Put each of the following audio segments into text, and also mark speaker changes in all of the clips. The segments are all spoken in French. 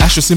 Speaker 1: HEC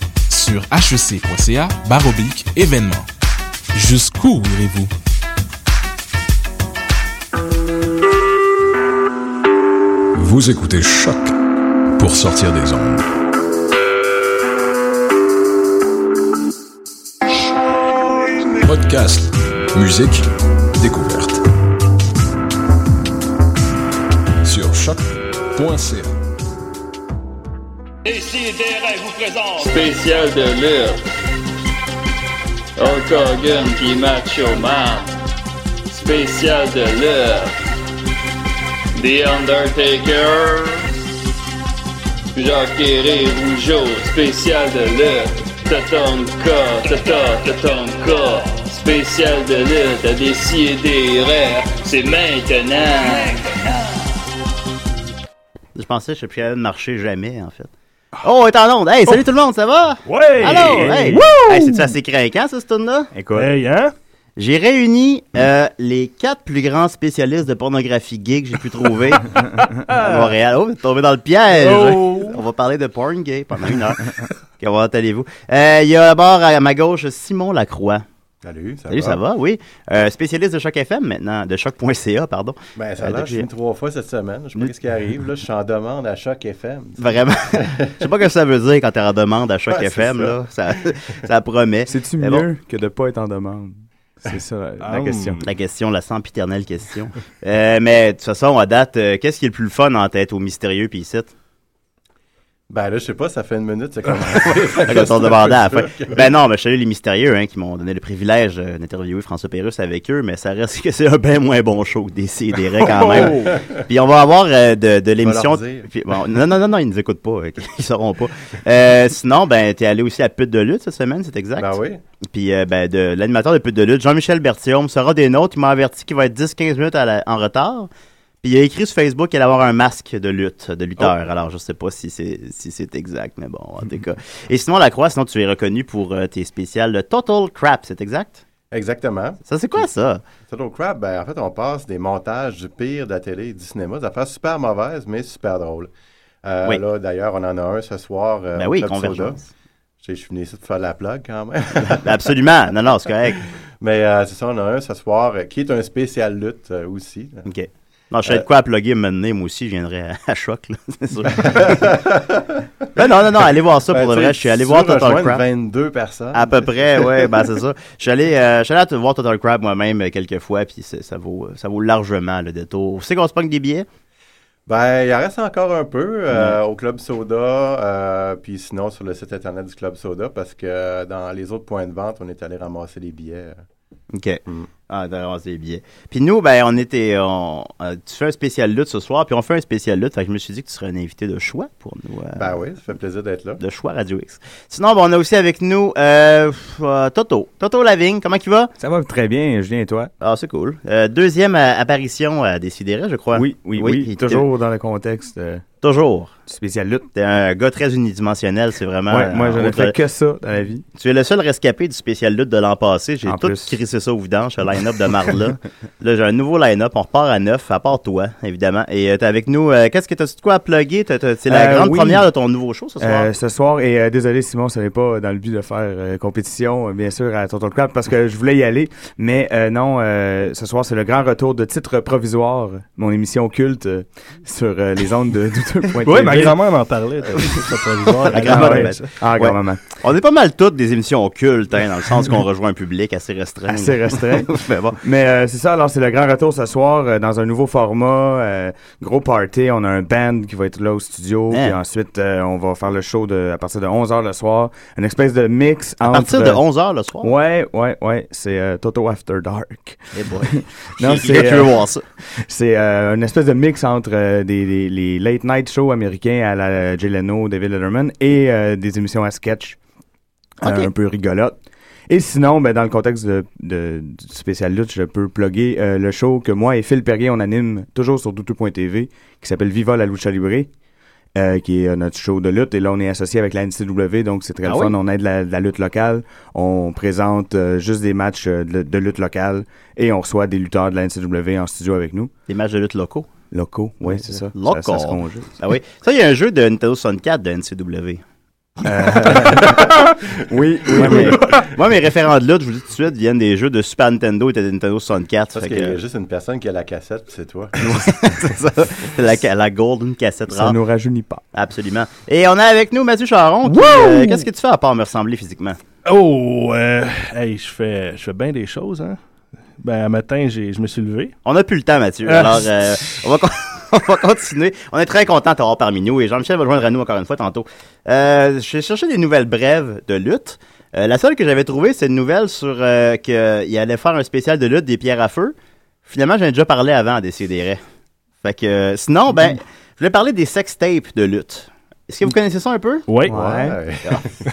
Speaker 1: sur E hec.ca baroblique événements. Jusqu'où irez-vous?
Speaker 2: Vous écoutez Choc pour sortir des ondes. Podcast, musique, découverte. Sur choc.ca.
Speaker 3: DCDR vous présente
Speaker 4: spécial de l'heure. Hulk Hogan qui Macho Man. Spécial de l'heure. The Undertaker. Jacques-Héré Rougeau. Spécial de l'heure. Tatanka, tata, tatanka. Spécial de l'heure. T'as décidé, C'est maintenant.
Speaker 5: Je pensais que je plus capable de marcher jamais, en fait. Oh, on est en onde! Hey, salut tout le monde, ça va?
Speaker 6: Ouais!
Speaker 5: Allô! Hey! Hey, c'est-tu assez craquant, ça, ce tune-là?
Speaker 6: Écoute. Hey, hein?
Speaker 5: J'ai réuni euh, les quatre plus grands spécialistes de pornographie gay que j'ai pu trouver à Montréal. Oh, vous êtes tombé dans le piège! On va parler de porn gay pendant une heure. Comment allez-vous? Euh, Il y a d'abord à ma gauche Simon Lacroix.
Speaker 7: Salut, ça
Speaker 5: Salut,
Speaker 7: va?
Speaker 5: ça va? Oui. Euh, spécialiste de Choc FM maintenant, de Choc.ca, pardon.
Speaker 7: Ben,
Speaker 5: Euh,
Speaker 7: ça l'a,
Speaker 5: depuis-
Speaker 7: je suis trois fois cette semaine. Je sais
Speaker 5: Mm.
Speaker 7: pas qu'est-ce qui arrive. Là, je suis en demande à Choc FM.
Speaker 5: Vraiment. Je sais pas ce que ça veut dire quand t'es en demande à Choc
Speaker 7: Ouais, c'est
Speaker 5: FM,
Speaker 7: ça.
Speaker 5: là. Ça, ça promet.
Speaker 8: C'est-tu
Speaker 5: Mais
Speaker 8: mieux
Speaker 5: bon.
Speaker 8: que de ne pas être en demande? C'est ça la, la
Speaker 7: Ah,
Speaker 8: question.
Speaker 5: Hum. La question, la sempiternelle question. Euh, mais de toute façon, à date, euh, qu'est-ce qui est le plus fun en tête au mystérieux puis ici?
Speaker 7: Ben là, je sais pas, ça fait une minute. C'est
Speaker 5: Quand on
Speaker 7: on
Speaker 5: demandait à la fin. Ben non, mais je salue les mystérieux hein, qui m'ont donné le privilège euh, d'interviewer François Pérusse avec eux, mais ça reste que c'est un bien moins bon show que DC et des raies quand même. Puis on va avoir euh, de, de l'émission.
Speaker 7: leur dire.
Speaker 5: puis bon, non, non, non, non, ils nous écoutent pas. euh, Ils sauront pas. Euh, sinon, ben, t'es allé aussi à Pute de lutte cette semaine, c'est exact?
Speaker 7: Ben oui.
Speaker 5: Puis euh, ben, de l'animateur de Pute de lutte, Jean-Michel Berthiaume, sera des nôtres. Il m'a averti qu'il va être 10-15 minutes à la- en retard. Puis il a écrit sur Facebook qu'il allait avoir un masque de lutte, de lutteur.
Speaker 7: Oh.
Speaker 5: Alors je sais pas si c'est si c'est exact, mais bon, en tout cas. Et sinon, la croix, sinon tu es reconnu pour euh, tes spéciales de Total Crap, c'est exact?
Speaker 7: Exactement.
Speaker 5: Ça, c'est quoi ça?
Speaker 7: Total Crap, ben, en fait, on passe des montages du pire de la télé et du cinéma. Des affaires super mauvaises, mais super drôles. Euh,
Speaker 5: Oui.
Speaker 7: Là, d'ailleurs, on en a un ce soir. euh,
Speaker 5: ben
Speaker 7: au
Speaker 5: oui,
Speaker 7: Club Soda.
Speaker 5: Convergence. Ben,
Speaker 7: Je je suis venu ici pour faire de la plug quand même.
Speaker 5: Absolument. Non, non, c'est correct.
Speaker 7: mais euh, c'est ça, on en a un ce soir euh, qui est un spécial lutte euh, aussi. là.
Speaker 5: OK. Non, je
Speaker 7: Euh.
Speaker 5: sais de quoi à plugger mener, moi aussi, je viendrais à, à choc, là, c'est sûr. ben non, non, non, allez voir ça pour
Speaker 7: Ben,
Speaker 5: de
Speaker 7: tu
Speaker 5: vrai.
Speaker 7: sais,
Speaker 5: Je suis allé
Speaker 7: tu
Speaker 5: voir
Speaker 7: veux
Speaker 5: Total
Speaker 7: rejoindre
Speaker 5: Crap.
Speaker 7: 22 personnes.
Speaker 5: À peu près, ouais, ben c'est ça. Je suis allé, euh, je suis allé à- voir Total Crab moi-même euh, quelques fois, puis c'est- ça vaut, euh, ça vaut largement le détour. Vous savez qu'on se pogne des billets?
Speaker 7: Ben, il en reste encore un peu euh, au Club Soda, euh, puis sinon sur le site internet du Club Soda, parce que euh, dans les autres points de vente, on est allé ramasser les billets. euh.
Speaker 5: OK. Ah, t'as ramassé des billets. Puis nous, ben, on était. On, euh, tu fais un spécial lutte ce soir, puis on fait un spécial lutte. Fait que je me suis dit que tu serais un invité de choix pour nous. euh,
Speaker 7: Ben oui, ça fait plaisir d'être là.
Speaker 5: De choix Radio X. Sinon, ben, on a aussi avec nous euh, euh, Toto. Toto Lavigne, comment il va?
Speaker 8: Ça va très bien, Julien et toi?
Speaker 5: Ah, c'est cool. Euh, deuxième euh, apparition à Décideret, je crois.
Speaker 8: Oui, oui, oui.
Speaker 5: il-
Speaker 8: toujours dans le contexte euh,
Speaker 5: Toujours.
Speaker 8: du spécial lutte. hein,
Speaker 5: T'es un gars très unidimensionnel, c'est vraiment.
Speaker 8: Ouais, moi, je
Speaker 5: euh,
Speaker 8: ne
Speaker 5: autre-
Speaker 8: fais que ça dans la vie.
Speaker 5: Tu es le seul rescapé du spécial lutte de l'an passé. J'ai
Speaker 8: En
Speaker 5: tout
Speaker 8: plus.
Speaker 5: crissé ça au vidange, ce line-up de Marla. là, j'ai un nouveau line-up. On repart à neuf, à part toi, évidemment. Et euh, t'es avec nous. euh, Qu'est-ce que t'as-tu de quoi à plugger? T'as- t'as- C'est la
Speaker 8: Euh,
Speaker 5: grande
Speaker 8: oui.
Speaker 5: première de ton nouveau show ce soir.
Speaker 8: Euh, ce soir, et euh, désolé Simon, ce n'est pas dans le but de faire euh, compétition, euh, bien sûr, à Total Crap, parce que je voulais y aller, mais euh, non, euh, ce soir, c'est le grand retour de titre provisoire, mon émission culte euh, sur euh, les ondes de douteux.tv.
Speaker 6: Oui, ma grand-mère m'en parlait. t'as vu, ça, provisoire.
Speaker 5: La grand-mère,
Speaker 8: Ah, ouais.
Speaker 5: ben,
Speaker 8: Ah,
Speaker 5: Ouais.
Speaker 8: grand-maman.
Speaker 5: On est pas mal toutes des émissions occultes, hein, dans le sens qu'on rejoint un public assez restreint.
Speaker 8: Assez restreint.
Speaker 5: Mais bon.
Speaker 8: Mais euh, c'est ça, alors c'est le grand retour ce soir euh, dans un nouveau format, euh, gros party, on a un band qui va être là au studio,
Speaker 5: Hein.
Speaker 8: puis ensuite euh, on va faire le show de, à partir de 11h le soir, une espèce de mix
Speaker 5: À
Speaker 8: entre...
Speaker 5: partir de 11h le soir.
Speaker 8: euh, Ouais, ouais, ouais, c'est euh, Toto After Dark.
Speaker 5: Eh boy.
Speaker 8: Non,
Speaker 5: J'ai- j'ai-
Speaker 8: c'est,
Speaker 5: tu veux
Speaker 8: euh,
Speaker 5: voir ça.
Speaker 8: C'est euh, une espèce de mix entre euh, des, des- les late night shows américains à la Jay Leno, David Letterman et euh, des émissions à sketch. euh,
Speaker 5: Ok.
Speaker 8: un peu rigolote. Et sinon, ben, dans le contexte de, de- du spécial lutte, je peux plugger euh, le show que moi et Phil Perrier, on anime toujours sur doutou.tv, qui s'appelle Viva la lucha libre, euh, qui est euh, notre show de lutte. Et là, on est associé avec la NCW, donc c'est très le
Speaker 5: Ah
Speaker 8: fun.
Speaker 5: oui?
Speaker 8: On aide la, la lutte locale, on présente euh, juste des matchs euh, de, de lutte locale et on reçoit des lutteurs de la NCW en studio avec nous.
Speaker 5: Des matchs de lutte locaux.
Speaker 8: Locaux, oui, c'est ça.
Speaker 5: Locaux.
Speaker 8: Ça, ça se conjugue.
Speaker 5: Ah oui. Ça, il y a un jeu de Nintendo 64 de NCW.
Speaker 8: Oui, oui,
Speaker 5: Moi,
Speaker 8: oui.
Speaker 5: mes, moi, mes référents de lutte, je vous le dis tout de suite, viennent des jeux de Super Nintendo et de Nintendo 64.
Speaker 7: Parce
Speaker 5: Fait
Speaker 7: qu'il y a
Speaker 5: que,
Speaker 7: juste une personne qui a la cassette, puis c'est toi.
Speaker 5: c'est ça. C'est la, ca- la golden cassette
Speaker 8: Ça
Speaker 5: rare.
Speaker 8: ne nous rajeunit pas.
Speaker 5: Absolument. Et on a avec nous Mathieu Charon. qui, euh, Qu'est-ce que tu fais à part me ressembler physiquement?
Speaker 6: Oh, euh, hey, je fais, je fais bien des choses, hein. Ben, un matin, j'ai, je me suis levé.
Speaker 5: On n'a plus le temps, Mathieu.
Speaker 6: Ah.
Speaker 5: Alors, euh, on, va con- on va continuer. On est très content de t'avoir parmi nous et Jean-Michel va joindre à nous encore une fois tantôt. Euh, J'ai cherché des nouvelles brèves de lutte. Euh, la seule que j'avais trouvée, c'est une nouvelle sur euh, qu'il allait faire un spécial de lutte des pierres à feu. Finalement, j'en ai déjà parlé avant à Décideret. Fait que, euh, sinon, ben, je voulais parler des sex tapes de lutte. Est-ce que vous connaissez ça un peu?
Speaker 6: Oui.
Speaker 7: Ouais.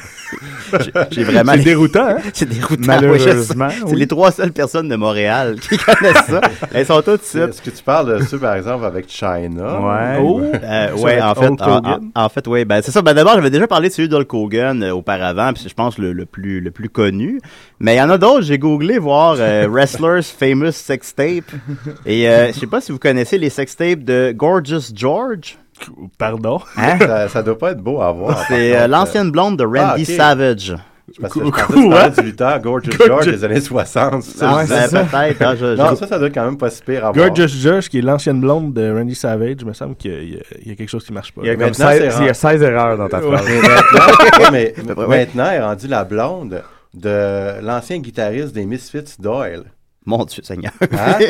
Speaker 5: J'ai- J'ai vraiment...
Speaker 6: C'est déroutant, hein.
Speaker 5: C'est déroutant. oui, je sais.
Speaker 8: Malheureusement.
Speaker 5: C'est les trois seules personnes de Montréal qui connaissent ça. Elles sont toutes suite.
Speaker 7: Est-ce que tu parles de ceux, par exemple, avec China?
Speaker 8: Ouais.
Speaker 6: Oh.
Speaker 5: Euh,
Speaker 6: Ça
Speaker 5: ouais,
Speaker 6: va
Speaker 5: en
Speaker 6: être
Speaker 5: fait,
Speaker 6: Hulk
Speaker 5: en,
Speaker 6: Hogan.
Speaker 5: en- en fait, ouais, ben c'est ça. Ben d'abord, j'avais déjà parlé de celui d'Hulk Hogan euh, auparavant, puis je pense le, le plus le plus connu. Mais il y en a d'autres. J'ai googlé voir euh, wrestlers famous sex tape et euh, je sais pas si vous connaissez les sex tapes de Gorgeous George.
Speaker 6: Pardon.
Speaker 7: Oh.
Speaker 5: Ah
Speaker 7: Ça, ça doit pas être beau à voir.
Speaker 5: C'est euh, l'ancienne blonde de Randy
Speaker 7: Ah, ok.
Speaker 5: Savage.
Speaker 7: Parce que je pensais que tu parlais du lutteur Gorgeous George des années 60.
Speaker 5: Ah,
Speaker 7: Ça,
Speaker 5: ben,
Speaker 7: ça-
Speaker 5: peut-être. hein, je- je-
Speaker 7: Non, ça, ça doit être quand même pas si pire à voir.
Speaker 6: Gorgeous Josh, qui est l'ancienne blonde de Randy Savage, il me semble qu'il y, a- il y a quelque chose qui marche pas.
Speaker 8: Il y a comme
Speaker 7: Maintenant,
Speaker 8: 16,
Speaker 7: c'est
Speaker 8: il y a 16 erreurs dans ta phrase.
Speaker 7: Mais maintenant, ouais, mais
Speaker 5: peu près, ouais.
Speaker 7: maintenant est rendue la blonde de l'ancien guitariste des Misfits Doyle.
Speaker 5: Mon Dieu Seigneur.
Speaker 7: Hein?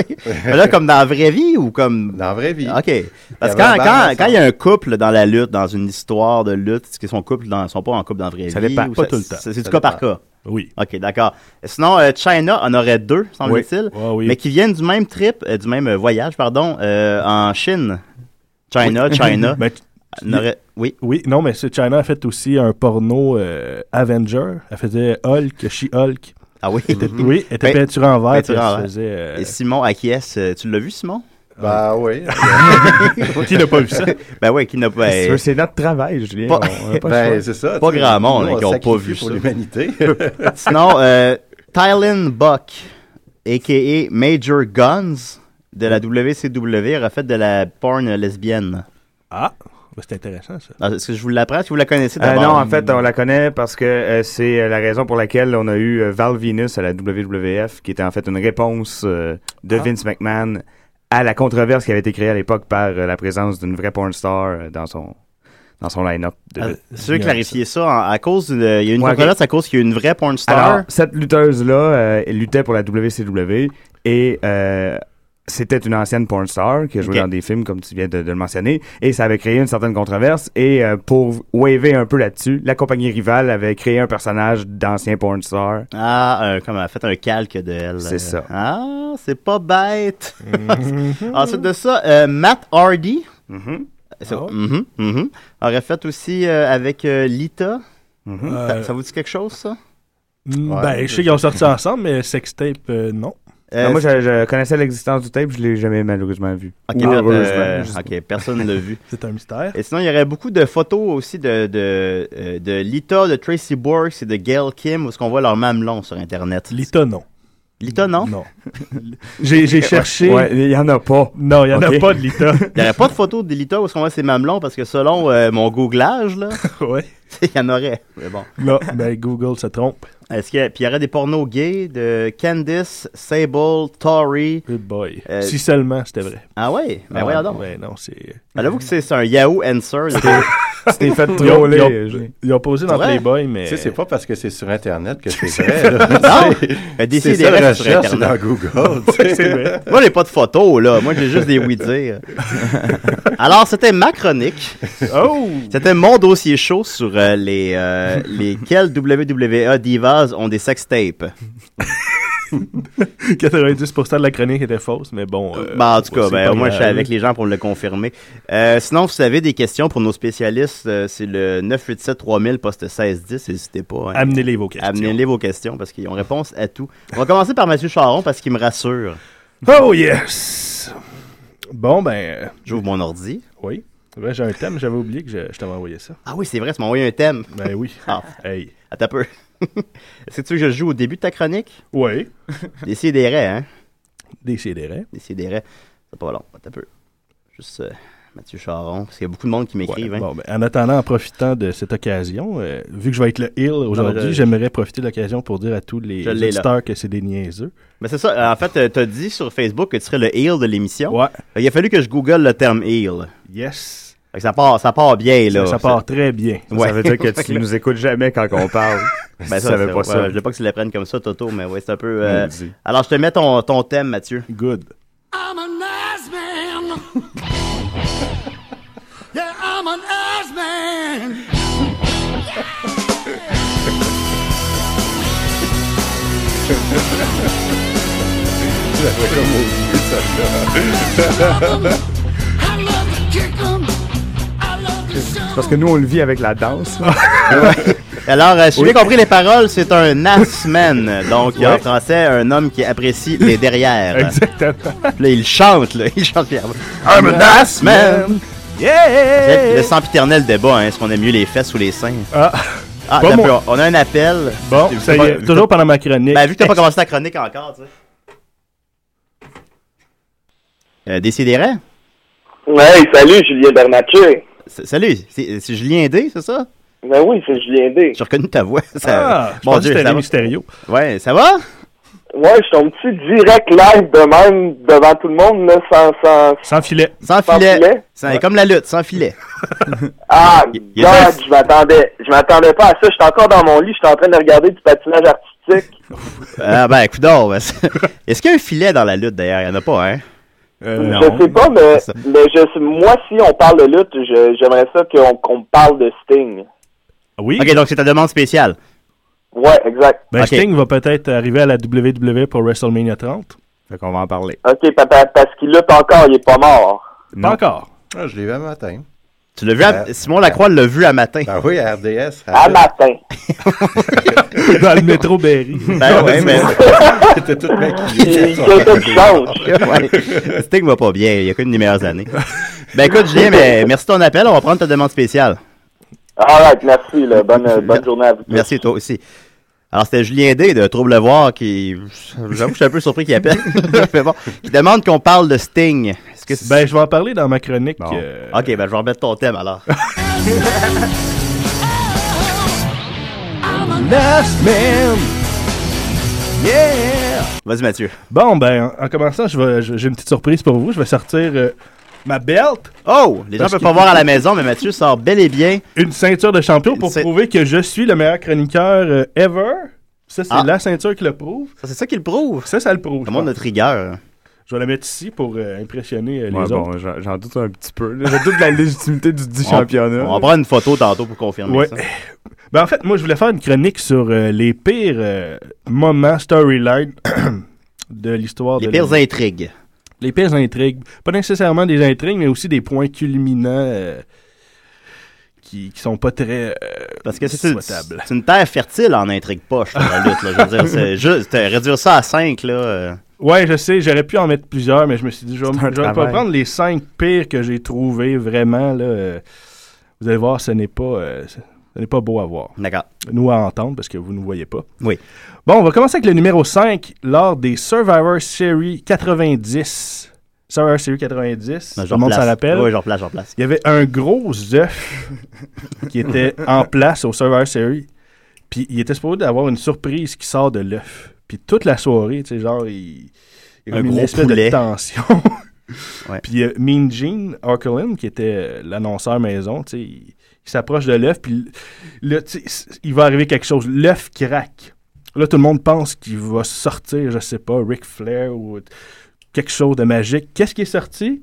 Speaker 5: Mais là, comme dans la vraie vie ou comme
Speaker 7: Dans la vraie vie.
Speaker 5: OK. Parce que
Speaker 7: Il y
Speaker 5: quand,
Speaker 7: avait un bar
Speaker 5: quand,
Speaker 7: ensemble.
Speaker 5: quand il y a un couple dans la lutte, dans une histoire de lutte, est-ce qu'ils sont, couple dans, sont pas en couple dans la vraie
Speaker 8: Ça
Speaker 5: vie?
Speaker 8: dépend,
Speaker 5: ou
Speaker 8: pas tout le temps.
Speaker 5: C'est c'est du
Speaker 7: Ça
Speaker 5: cas par
Speaker 7: dépend.
Speaker 5: cas.
Speaker 6: Oui.
Speaker 5: OK, d'accord. Sinon, euh, China en aurait deux, semble-t-il,
Speaker 6: Ah oui.
Speaker 5: mais qui viennent du même trip, euh, du même euh, voyage, pardon, euh, en Chine. China, China.
Speaker 6: Ben,
Speaker 5: en aurait- Oui.
Speaker 6: Oui, non, mais c'est- China a fait aussi un porno euh, Avenger. Elle faisait Hulk, She-Hulk.
Speaker 5: Ah oui.
Speaker 6: Oui, elle était
Speaker 5: Ben,
Speaker 6: peinture en vert. puis
Speaker 5: peinture en
Speaker 6: Elle
Speaker 5: vert.
Speaker 6: faisait. euh,
Speaker 5: Et Simon acquiesce. euh, Tu l'as vu, Simon? Ah.
Speaker 7: Ben oui.
Speaker 6: Qui n'a pas vu ça?
Speaker 5: Ben oui, qui n'a pas...
Speaker 8: Si tu veux, C'est notre travail, Julien.
Speaker 5: Pas-
Speaker 8: On- on a pas le
Speaker 7: Ben,
Speaker 8: choix.
Speaker 7: c'est ça.
Speaker 5: Pas
Speaker 7: tu sais,
Speaker 5: grand monde,
Speaker 7: nous,
Speaker 5: hein,
Speaker 7: on
Speaker 5: qui ont pas
Speaker 7: sacrifie
Speaker 5: vu
Speaker 7: pour
Speaker 5: ça.
Speaker 7: l'humanité.
Speaker 5: Sinon, euh, Tylen Buck, a.k.a. Major Guns, de la WCW, aurait fait de la porn lesbienne.
Speaker 6: Ah, ben, c'est intéressant ça.
Speaker 5: Ah, Est-ce que je vous l'apprends? Est-ce que vous la connaissez
Speaker 8: Euh,
Speaker 5: d'abord?
Speaker 8: non, en fait, on la connaît parce que euh, c'est euh, la raison pour laquelle on a eu euh, Val Venus à la WWF, qui était en fait une réponse euh, de Vince McMahon à la controverse qui avait été créée à l'époque par euh, la présence d'une vraie porn star euh, dans son dans son line-up. de
Speaker 5: Ah,
Speaker 8: lutte.
Speaker 5: Je veux clarifier ça. en- à cause d'une- il y a une
Speaker 8: euh, Ouais,
Speaker 5: controverse à cause qu'il y a une vraie porn star.
Speaker 8: Alors, cette lutteuse-là euh, elle luttait pour la WCW et euh, c'était une ancienne porn star qui a joué
Speaker 5: Ok.
Speaker 8: dans des films, comme tu viens de, de le mentionner, et ça avait créé une certaine controverse. Et euh, pour waver un peu là-dessus, la compagnie rivale avait créé un personnage d'ancien porn star.
Speaker 5: ah, un- comme elle a fait un calque de elle.
Speaker 8: C'est ça. Mm-hmm.
Speaker 5: Ah, c'est pas bête. Ensuite de ça, euh, Matt Hardy. C'est-
Speaker 8: Oh.
Speaker 6: Ah ouais?
Speaker 5: mhm, mhm. Aurait fait aussi euh, avec euh, Lita. Ça-
Speaker 6: Euh,
Speaker 5: ça vous dit quelque chose, ça?
Speaker 6: mm,
Speaker 7: Ouais.
Speaker 6: ben, je sais qu'ils ont sorti ensemble, mais sextape, euh, non.
Speaker 5: Euh,
Speaker 8: Non, Ben, moi, je, je connaissais l'existence du tape, je l'ai jamais malheureusement vu.
Speaker 5: Ok,
Speaker 8: Ou
Speaker 5: per- euh,
Speaker 8: heureusement, Ah, je sais
Speaker 5: ok, personne ne l'a vu.
Speaker 6: C'est un mystère.
Speaker 5: Et sinon, il y aurait beaucoup de photos aussi de, de, euh, de Lita, de Tracy Borks et de Gail Kim où est-ce qu'on voit leurs mamelons sur Internet.
Speaker 6: Lita, non.
Speaker 5: Lita, non?
Speaker 6: Non. J'ai j'ai cherché.
Speaker 8: pas. Ouais, il y en a pas.
Speaker 6: Non, il n'y en
Speaker 8: Ok.
Speaker 6: a pas de Lita.
Speaker 5: Il n'y aurait pas de photos de Lita où est-ce qu'on voit ses mamelons parce que selon euh, mon googlage, là,
Speaker 6: ouais.
Speaker 5: il y en aurait. Mais bon.
Speaker 6: Non, ben, Google se trompe.
Speaker 5: Est-ce que, puis il y aurait des pornos gays de Candice, Sable, Tori.
Speaker 6: Good boy.
Speaker 5: Euh,
Speaker 6: Si seulement c'était vrai.
Speaker 5: Ah ouais? Ben voyons donc.
Speaker 6: Ben, non, c'est.
Speaker 5: Alors, vous que c'est c'est un Yahoo Answer. là.
Speaker 8: Tu t'es fait
Speaker 6: Ils ont, ils ont-
Speaker 8: troller. Julien.
Speaker 6: ils ont posé dans
Speaker 5: Ouais.
Speaker 6: Playboy, mais.
Speaker 7: tu sais, c'est pas parce que c'est sur Internet que c'est vrai. là.
Speaker 5: non! Ben,
Speaker 7: C'est-
Speaker 5: Décidez
Speaker 7: C'est ça la
Speaker 5: des sur
Speaker 7: recherche
Speaker 5: Internet.
Speaker 7: dans Google. tu sais.
Speaker 6: C'est vrai.
Speaker 5: Moi, j'ai pas de photos, là. Moi, j'ai juste des oui-dire. Alors, c'était ma chronique.
Speaker 6: Oh!
Speaker 5: C'était mon dossier chaud sur euh, E les, euh, lesquels WWE Divas ont des sex tapes.
Speaker 6: 90% de la chronique était fausse, mais bon. euh,
Speaker 5: Ben, en tout cas,
Speaker 6: c'est
Speaker 5: ben,
Speaker 6: pas
Speaker 5: au moins, je suis
Speaker 6: grave.
Speaker 5: avec les gens pour le confirmer. Euh, sinon, vous avez des questions pour nos spécialistes, euh, c'est le 987-3000, poste 1610. N'hésitez pas. hein.
Speaker 6: Amenez-les vos questions.
Speaker 5: Amenez-les vos questions parce qu'ils ont réponse à tout. On va commencer par Mathieu Charon parce qu'il me rassure.
Speaker 6: Oh yes! Bon, ben, euh,
Speaker 5: J'ouvre mon ordi.
Speaker 6: oui. Ben, j'ai un thème, j'avais oublié que je, je t'avais envoyé ça.
Speaker 5: Ah oui, c'est vrai, tu m'as envoyé un thème.
Speaker 6: Ben oui.
Speaker 5: Ah.
Speaker 6: Hey.
Speaker 5: Attends un peu. C'est tu que je joue au début de ta chronique?
Speaker 6: Oui.
Speaker 5: Décidérez, hein?
Speaker 6: Décidérez.
Speaker 5: Décidérez. C'est pas long. Attends un peu. Juste euh, Mathieu Charon, parce qu'il y a beaucoup de monde qui m'écrivent. hein.
Speaker 6: Bon, ben, en attendant, en profitant de cette occasion, euh, vu que je vais être le Hill aujourd'hui,
Speaker 5: je-
Speaker 6: j'aimerais profiter de l'occasion pour dire à tous les
Speaker 5: Je l'ai, là.
Speaker 6: auditeurs que c'est des niaiseux.
Speaker 5: Mais c'est ça. En fait, euh, t'as dit sur Facebook que tu serais le heel de l'émission.
Speaker 6: Ouais.
Speaker 5: Il a fallu que je google le terme heel.
Speaker 6: Yes.
Speaker 5: Fait que ça part, ça part bien, là.
Speaker 6: ça, ça part très bien.
Speaker 8: Ça,
Speaker 5: Ouais.
Speaker 8: veut dire que tu nous écoutes jamais quand on parle.
Speaker 5: Ben, ça,
Speaker 8: ça, tu savais
Speaker 5: c'est-
Speaker 8: pas ça.
Speaker 5: ouais, je veux pas que tu l'apprennes comme ça, Toto, mais ouais, c'est un peu. euh,
Speaker 8: Maudit.
Speaker 5: Alors, je te mets ton, ton thème, Mathieu.
Speaker 6: Good.
Speaker 8: C'est parce que nous, on le vit avec la danse.
Speaker 5: Alors, euh, si j'ai bien compris les paroles, c'est un assman. Donc, en français, un homme qui apprécie les derrières.
Speaker 8: Exactement.
Speaker 5: Puis là, il chante, là. Il chante. puis- I'm an assman.
Speaker 8: Yeah!
Speaker 5: Le sempiternel débat, hein. Est-ce qu'on aime mieux les fesses ou les seins?
Speaker 6: Ah,
Speaker 5: Ah,
Speaker 6: Pas
Speaker 5: t'as
Speaker 6: mon-
Speaker 5: peu, on a un appel.
Speaker 6: bon,
Speaker 5: Vu que
Speaker 6: ça y
Speaker 5: t'as
Speaker 6: est.
Speaker 5: pas-
Speaker 6: Toujours pendant ma chronique.
Speaker 5: Ben, vu que t'as pas commencé ta chronique encore, tu sais. Euh, Décidérez?
Speaker 9: Hey, salut, Julien Bernatchez.
Speaker 5: S- Salut, c'est c'est Julien D, c'est ça?
Speaker 9: Ben oui, c'est Julien D.
Speaker 5: J'ai reconnu ta voix. Ça...
Speaker 6: Ah, je
Speaker 5: Bon
Speaker 6: pensais que
Speaker 5: Dieu,
Speaker 6: c'était
Speaker 5: ça
Speaker 6: Rémi
Speaker 5: va?
Speaker 6: Stério.
Speaker 5: Ouais, ça va?
Speaker 9: Ouais, je suis un petit direct live de même devant tout le monde, là, sans. sans...
Speaker 6: Sans filet.
Speaker 5: Sans
Speaker 9: Sans
Speaker 5: filet.
Speaker 9: filet?
Speaker 5: C'est comme la lutte, sans filet.
Speaker 9: Ah,
Speaker 5: il y a
Speaker 9: God,
Speaker 5: des-
Speaker 9: je m'attendais. Je m'attendais pas à ça. Je suis encore dans mon lit, je suis en train de regarder du patinage artistique.
Speaker 5: Ah ben, écoute donc, ben, c'est- Est-ce qu'il y a un filet dans la lutte, d'ailleurs? Il n'y en a pas, hein?
Speaker 6: Euh,
Speaker 9: je sais pas, mais,
Speaker 5: C'est ça.
Speaker 9: mais je, moi, si on parle de lutte, je- j'aimerais ça qu'on qu'on parle de Sting.
Speaker 6: Oui.
Speaker 5: OK, donc c'est ta demande spéciale.
Speaker 9: Ouais, exact.
Speaker 6: Ben,
Speaker 5: Ok.
Speaker 6: Sting va peut-être arriver à la WWE pour WrestleMania 30.
Speaker 8: Fait qu'on va en parler.
Speaker 9: Ok, papa, parce qu'il lutte encore, il est pas mort.
Speaker 8: Non.
Speaker 6: Pas encore.
Speaker 7: Ah, je l'ai vu un matin.
Speaker 5: Tu l'as vu à-
Speaker 7: Euh,
Speaker 5: Simon Lacroix l'a vu à matin.
Speaker 7: Ben oui, à RDS.
Speaker 9: À matin.
Speaker 6: Dans le métro Berry.
Speaker 5: Ben ouais, mais...
Speaker 7: C'était tout maquillé.
Speaker 9: Il quelqu'un qui change.
Speaker 5: ouais. Sting va pas bien, il n'y a qu'une des meilleures années. Ben écoute, Julien, mais merci de ton appel, on va prendre ta demande spéciale.
Speaker 9: Alright, merci, là. Bonne, euh, bonne journée à vous. tous.
Speaker 5: Merci toi aussi. Alors, c'était Julien D de Trouble Voir qui. J'avoue, je suis un peu surpris qu'il appelle. Mais bon, qui demande qu'on parle de Sting. Est-ce que c'est-
Speaker 6: Ben, je vais en parler dans ma chronique.
Speaker 8: Bon.
Speaker 6: euh,
Speaker 5: Ok, ben je vais remettre ton thème alors.
Speaker 6: Last Man.
Speaker 5: Vas-y, Mathieu.
Speaker 6: Bon, ben, en, en commençant, je vais- je- j'ai une petite surprise pour vous. Je vais sortir euh, ma belt,
Speaker 5: Oh, les gens
Speaker 6: Parce
Speaker 5: peuvent
Speaker 6: que-
Speaker 5: pas voir à la maison, mais Mathieu sort bel et bien.
Speaker 6: une ceinture de champion pour
Speaker 5: C'est-
Speaker 6: prouver que je suis le meilleur chroniqueur euh, ever. Ça, c'est
Speaker 5: Ah.
Speaker 6: la ceinture qui le prouve.
Speaker 5: Ça, C'est ça qu'il prouve.
Speaker 6: Ça, ça le prouve.
Speaker 5: Ça montre
Speaker 6: je
Speaker 5: notre
Speaker 6: pense.
Speaker 5: rigueur.
Speaker 6: Je vais la mettre ici pour euh, impressionner euh, les
Speaker 8: Ouais,
Speaker 6: autres.
Speaker 8: bon, j'en j'en doute un petit peu. là. Je doute de la légitimité du dit championnat.
Speaker 5: On va prendre une photo tantôt pour confirmer
Speaker 6: Ouais.
Speaker 5: ça.
Speaker 6: Ben en fait, moi, je voulais faire une chronique sur euh, les pires euh, moments, storylines de l'histoire.
Speaker 5: Les
Speaker 6: de
Speaker 5: pires
Speaker 6: la-
Speaker 5: intrigues.
Speaker 6: les pires intrigues. Pas nécessairement des intrigues, mais aussi des points culminants euh, qui, qui sont pas très. euh,
Speaker 5: Parce que c'est une,
Speaker 6: souhaitables.
Speaker 5: c'est une terre fertile en intrigue poche, la lutte. Là, je veux dire, c'est juste euh, réduire ça à 5, là. euh,
Speaker 6: Ouais, je sais, j'aurais pu en mettre plusieurs, mais je me suis dit, je vais,
Speaker 8: C'est
Speaker 6: je
Speaker 8: un
Speaker 6: vais pas
Speaker 8: travail.
Speaker 6: prendre les cinq pires que j'ai trouvés vraiment. Là, euh, vous allez voir, ce n'est pas. euh, ce ce n'est pas beau à voir.
Speaker 5: D'accord.
Speaker 6: nous à entendre parce que vous ne voyez pas.
Speaker 5: Oui.
Speaker 6: Bon, on va commencer avec le numéro 5 lors des Survivor Series 90. Survivor Series 90,
Speaker 5: Non,
Speaker 6: tout le monde s'en rappelle.
Speaker 5: Oui, j'en place, j'en place.
Speaker 6: Il y avait un gros œuf qui était en place au Survivor Series. Puis il était supposé d'avoir une surprise qui sort de l'œuf. Puis toute la soirée, tu sais, genre, il, il y a
Speaker 5: Un
Speaker 6: comme une
Speaker 5: gros
Speaker 6: espèce
Speaker 5: poulet.
Speaker 6: de tension.
Speaker 5: Ouais.
Speaker 6: Puis euh, Mean Gene Okerlund, qui était euh, l'annonceur maison, tu sais, il, il s'approche de l'œuf, puis là, tu sais, s- il va arriver quelque chose. L'œuf craque. Là, tout le monde pense qu'il va sortir, je sais pas, Ric Flair ou t- quelque chose de magique. Qu'est-ce qui est sorti?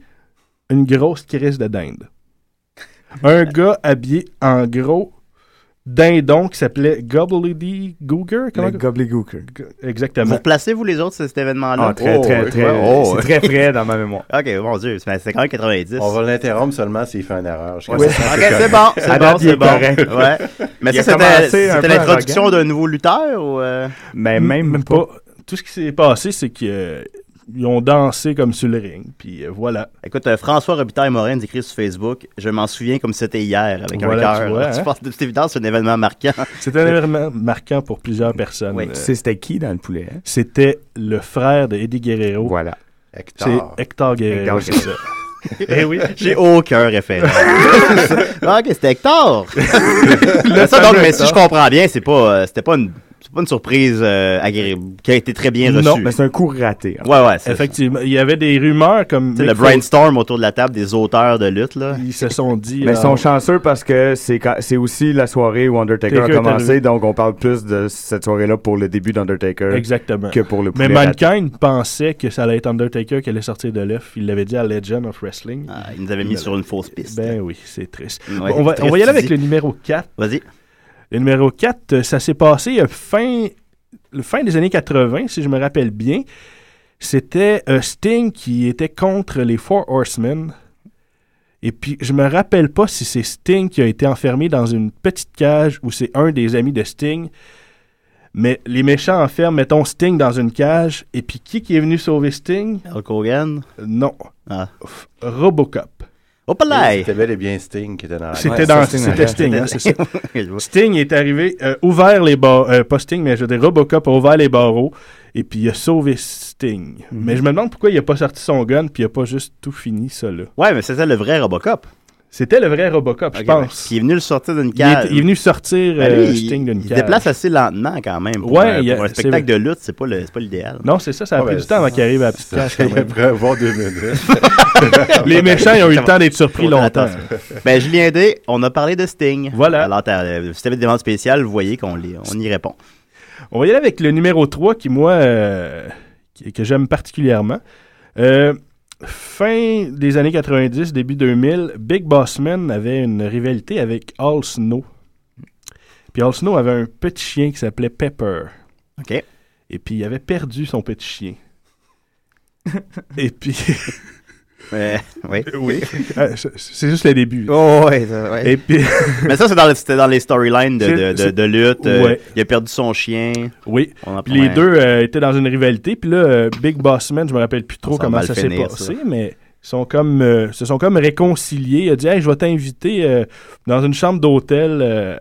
Speaker 6: Une grosse crise de dinde. Un gars habillé en gros dindon qui s'appelait Gobbledy Googer.
Speaker 8: Le gobbledygooker.
Speaker 5: Vous
Speaker 6: Exactement.
Speaker 5: replacez-vous les autres sur cet événement-là? oh.
Speaker 8: Ah, très,
Speaker 7: Oh,
Speaker 8: très,
Speaker 7: oui,
Speaker 8: très,
Speaker 7: ouais, oh,
Speaker 8: c'est
Speaker 7: oui.
Speaker 8: très frais dans ma mémoire.
Speaker 5: OK, mon Dieu, c'est c'est quand même 90.
Speaker 7: On va l'interrompre seulement s'il fait une erreur. Je sais pas.
Speaker 5: OK, c'est bon, c'est
Speaker 8: À
Speaker 5: bon,
Speaker 8: date, il est
Speaker 5: c'est bon.
Speaker 8: correct.
Speaker 5: Ouais. Mais
Speaker 8: Il
Speaker 5: ça,
Speaker 8: a commencé
Speaker 5: c'était
Speaker 8: un peu
Speaker 5: c'était
Speaker 8: arrogant.
Speaker 5: l'introduction d'un nouveau lutteur ou... euh,
Speaker 8: Mais même,
Speaker 6: Même
Speaker 8: pas.
Speaker 6: pas. Tout ce qui s'est passé, c'est qu'ils ont dansé comme sur le ring. Puis euh, voilà.
Speaker 5: Écoute, euh, François Robitaille-Morin écrit sur Facebook « Je m'en souviens comme si c'était hier, avec
Speaker 6: Voilà,
Speaker 5: un
Speaker 6: tu
Speaker 5: cœur. »
Speaker 6: vois,
Speaker 5: Je
Speaker 6: hein?
Speaker 5: pense que c'est évident, c'est un événement marquant.
Speaker 6: C'était un événement marquant pour plusieurs personnes.
Speaker 5: Oui.
Speaker 6: Euh,
Speaker 8: Tu sais, c'était qui dans le poulet? hein?
Speaker 6: C'était le frère de Eddie Guerrero.
Speaker 8: Voilà.
Speaker 6: C'est
Speaker 7: Hector.
Speaker 6: Hector Guerrero.
Speaker 8: Hector
Speaker 6: c'est ça. Eh oui.
Speaker 5: J'ai aucun référent. Ah, ok, c'était Hector. Euh, ça, donc,
Speaker 6: fameux
Speaker 5: mais si
Speaker 6: Hector.
Speaker 5: je comprends bien, c'est pas, euh, c'était pas une, c'est pas une surprise euh, agréable, qui a été très bien reçue.
Speaker 8: Non, mais c'est un coup raté. hein.
Speaker 5: ouais, ouais, c'est ça.
Speaker 6: Effectivement. Il y avait des rumeurs comme.
Speaker 5: C'est le
Speaker 6: Mick
Speaker 5: brainstorm autour de la table des auteurs de lutte, là.
Speaker 6: Foley, Ils se sont dit.
Speaker 8: Mais ils
Speaker 6: ah,
Speaker 8: sont chanceux parce que c'est quand- c'est aussi la soirée où Undertaker
Speaker 6: Taker
Speaker 8: a
Speaker 6: est
Speaker 8: commencé,
Speaker 6: arrivé.
Speaker 8: donc on parle plus de cette soirée-là pour le début d'Undertaker
Speaker 6: Exactement.
Speaker 8: euh, que pour le poulet
Speaker 6: Mais
Speaker 8: raté.
Speaker 6: Mankind pensait que ça allait être Undertaker qui allait sortir de l'œuf. Il l'avait dit à Legend of Wrestling.
Speaker 5: Ah, ils nous avaient mis sur une fausse piste.
Speaker 6: Ben oui, c'est triste.
Speaker 5: Ouais,
Speaker 6: on, va,
Speaker 5: c'est
Speaker 6: on va y
Speaker 5: triste,
Speaker 6: aller avec
Speaker 5: tu
Speaker 6: le numéro 4.
Speaker 5: Vas-y.
Speaker 6: Le numéro 4, euh, ça s'est passé euh, fin, le fin des années 80, si je me rappelle bien. C'était euh, Sting qui était contre les Four Horsemen. Et puis, je me rappelle pas si c'est Sting qui a été enfermé dans une petite cage ou c'est un des amis de Sting. Mais les méchants enferment, mettons, Sting dans une cage. Et puis, qui qui est venu sauver Sting?
Speaker 5: Hulk Hogan.
Speaker 6: Euh, Non.
Speaker 5: Ah.
Speaker 6: F- Robocop.
Speaker 5: Hop là!
Speaker 7: C'était bel et bien Sting qui était dans la
Speaker 6: C'était
Speaker 8: Ah, Ouais,
Speaker 6: dans
Speaker 8: ça, Sting,
Speaker 6: c'était
Speaker 8: ouais.
Speaker 6: Sting, hein, c'est ça.
Speaker 5: Je vois.
Speaker 6: Sting est arrivé, euh, ouvert les barreaux, pas Sting, mais je veux dire, Robocop a ouvert les barreaux, et puis il a sauvé Sting. Mais je me demande pourquoi il a pas sorti son gun, puis il a pas juste tout fini, ça, là.
Speaker 5: Ouais, mais c'était le vrai Robocop.
Speaker 6: C'était le vrai Robocop, je
Speaker 5: Ok, ouais.
Speaker 6: pense.
Speaker 5: Puis il est venu le sortir d'une
Speaker 6: Il, est,
Speaker 5: cage.
Speaker 6: il est venu sortir
Speaker 5: Ben, lui,
Speaker 6: euh,
Speaker 5: il-
Speaker 6: Sting d'une
Speaker 5: il
Speaker 6: cage.
Speaker 5: se déplace assez lentement quand même. Pour,
Speaker 6: Ouais,
Speaker 5: un,
Speaker 6: il y a-
Speaker 5: pour un
Speaker 6: c'est
Speaker 5: spectacle de lutte, c'est pas le- c'est pas l'idéal.
Speaker 6: Non, c'est ça, ça a
Speaker 7: Ah,
Speaker 6: pris
Speaker 7: ben,
Speaker 6: du temps avant qu'il arrive à la petite cage, quand même.
Speaker 7: Après avoir deux minutes.
Speaker 6: Les méchants, ils ont eu le temps d'être surpris longtemps.
Speaker 5: Attention. Ben, Julien D, on a parlé de Sting.
Speaker 6: hein. Voilà.
Speaker 5: Alors, t'as- euh, si t'avais des demandes spéciales, vous voyez qu'on les- on y répond.
Speaker 6: On va y aller avec le numéro 3 qui, moi, euh, qui- que j'aime particulièrement. Euh, fin des années 90, début 2000, Big Boss Man avait une rivalité avec All Snow. Puis All Snow avait un petit chien qui s'appelait Pepper.
Speaker 5: OK.
Speaker 6: Et puis il avait perdu son petit chien. Et puis,
Speaker 5: Euh, oui.
Speaker 6: oui, Ah, c'est- c'est juste le début.
Speaker 5: Oh, ouais, ça- ouais.
Speaker 6: Et puis,
Speaker 5: Mais ça, c'est dans, le- c'était dans les storylines de,
Speaker 6: C'est-
Speaker 5: de, de,
Speaker 6: c'est-
Speaker 5: de lutte. Euh,
Speaker 6: Ouais.
Speaker 5: Il a perdu son chien.
Speaker 6: oui,
Speaker 5: On en
Speaker 6: Puis les
Speaker 5: parlait.
Speaker 6: deux euh, étaient dans une rivalité. Puis là, euh, Big Boss Man, je me rappelle plus trop
Speaker 5: Ça va
Speaker 6: comment
Speaker 5: mal
Speaker 6: ça s'est
Speaker 5: finir,
Speaker 6: passé, mais ils sont comme, euh, se sont comme réconciliés. Il a dit Hey, Je vais t'inviter euh, dans une chambre d'hôtel euh,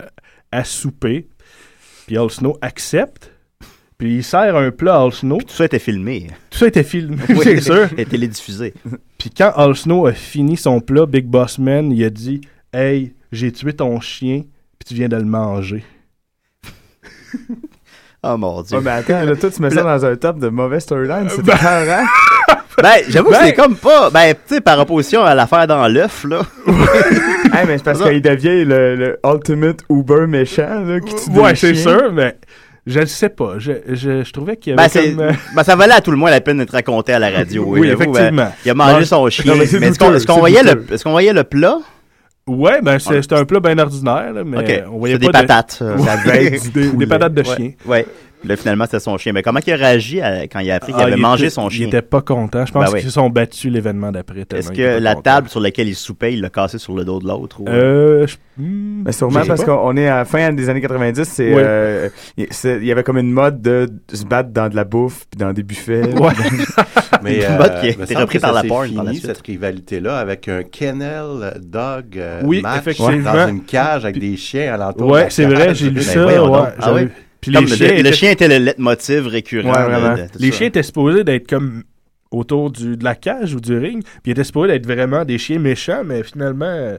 Speaker 6: à souper. Puis Al Snow accepte. Puis il sert un plat à Al Snow.
Speaker 5: Tout ça était filmé.
Speaker 6: Tout ça était filmé, c'est sûr.
Speaker 5: Et télédiffusé.
Speaker 6: Puis quand Al Snow a fini son plat, Big Boss Man, il a dit Hey, j'ai tué ton chien, puis tu viens de le manger.
Speaker 5: Oh mon Dieu.
Speaker 8: Ouais,
Speaker 6: ben.
Speaker 8: mais attends, là, toi, tu mets ça dans un top de mauvais storyline, c'est épeurant.
Speaker 5: Ben, j'avoue
Speaker 6: Ben-
Speaker 5: que c'est comme pas. Ben, tu sais, par opposition à l'affaire dans l'œuf, là.
Speaker 8: Hey, mais c'est parce
Speaker 5: Non.
Speaker 8: qu'il devient le, le ultimate Uber méchant là, qui tue des
Speaker 6: Ouais, c'est
Speaker 8: chiens.
Speaker 6: sûr, mais je ne sais pas. Je, je, je trouvais qu'il y
Speaker 5: Ben,
Speaker 6: avait
Speaker 5: c'est-
Speaker 6: comme, euh,
Speaker 5: ben, ça valait à tout le moins la peine d'être raconté à la radio.
Speaker 6: Oui,
Speaker 5: j'avoue, ben,
Speaker 6: effectivement.
Speaker 5: il a mangé
Speaker 6: Non,
Speaker 5: son chien.
Speaker 8: non, mais
Speaker 5: mais
Speaker 8: c'est
Speaker 5: est-ce qu'on
Speaker 8: douteux,
Speaker 5: est-ce qu'on
Speaker 8: c'est
Speaker 5: voyait, le-
Speaker 8: douteux.
Speaker 5: est-ce qu'on voyait le plat?
Speaker 6: Ouais, ben c'est
Speaker 5: Ouais.
Speaker 6: c'est un plat bien ordinaire, là, mais
Speaker 5: OK.
Speaker 6: on voyait
Speaker 5: C'est
Speaker 6: pas
Speaker 5: des
Speaker 6: de-
Speaker 5: patates. euh,
Speaker 8: Ça devait être du
Speaker 6: des, des
Speaker 8: poulet.
Speaker 6: patates de
Speaker 5: Ouais.
Speaker 6: chien.
Speaker 5: Ouais. Là, finalement, c'est son chien. Mais comment il a réagi à- quand il a appris qu'il
Speaker 6: Ah,
Speaker 5: avait
Speaker 6: il
Speaker 5: mangé
Speaker 6: était-
Speaker 5: son chien?
Speaker 6: Il était pas content. Je pense
Speaker 5: Ben oui.
Speaker 6: qu'ils se sont battus l'événement d'après. tellement
Speaker 5: Est-ce
Speaker 6: il était
Speaker 5: que
Speaker 6: pas
Speaker 5: la
Speaker 6: content.
Speaker 5: table sur laquelle il soupait, il l'a cassée sur le dos de l'autre? ou-
Speaker 6: Euh, je- hmm,
Speaker 8: Mais sûrement
Speaker 6: je sais
Speaker 8: parce
Speaker 6: pas.
Speaker 8: qu'on est à la fin des années 90, c'est
Speaker 6: Ouais.
Speaker 8: euh, y- c'est- il y avait comme une mode de se battre dans de la bouffe puis dans des buffets.
Speaker 6: Ouais.
Speaker 7: Mais
Speaker 5: Une
Speaker 7: euh,
Speaker 5: botte Bah, qui a
Speaker 7: me
Speaker 5: été
Speaker 7: semble
Speaker 5: repris
Speaker 7: que
Speaker 5: par
Speaker 7: ça
Speaker 5: la
Speaker 7: s'est
Speaker 5: porn
Speaker 7: fini,
Speaker 5: par la suite.
Speaker 7: cette rivalité-là avec un kennel dog euh,
Speaker 6: Oui,
Speaker 7: match
Speaker 6: effectivement.
Speaker 7: dans une cage avec des chiens alentour. de
Speaker 6: Ouais,
Speaker 7: la
Speaker 6: c'est
Speaker 7: cage. Ben
Speaker 6: vrai, j'ai lu
Speaker 7: Mais
Speaker 6: ça.
Speaker 5: voyons
Speaker 6: ouais,
Speaker 5: donc. Ah
Speaker 6: j'avais-
Speaker 5: oui?
Speaker 6: Puis
Speaker 5: Comme
Speaker 6: les
Speaker 5: le,
Speaker 6: chiens,
Speaker 5: le
Speaker 6: étaient,
Speaker 5: chien était le leitmotiv récurrent.
Speaker 8: Ouais,
Speaker 5: de-
Speaker 8: vraiment.
Speaker 5: de- de tout
Speaker 6: les
Speaker 5: ça.
Speaker 6: chiens étaient supposés d'être comme autour du, de la cage ou du ring, puis ils étaient supposés d'être vraiment des chiens méchants, mais finalement, euh,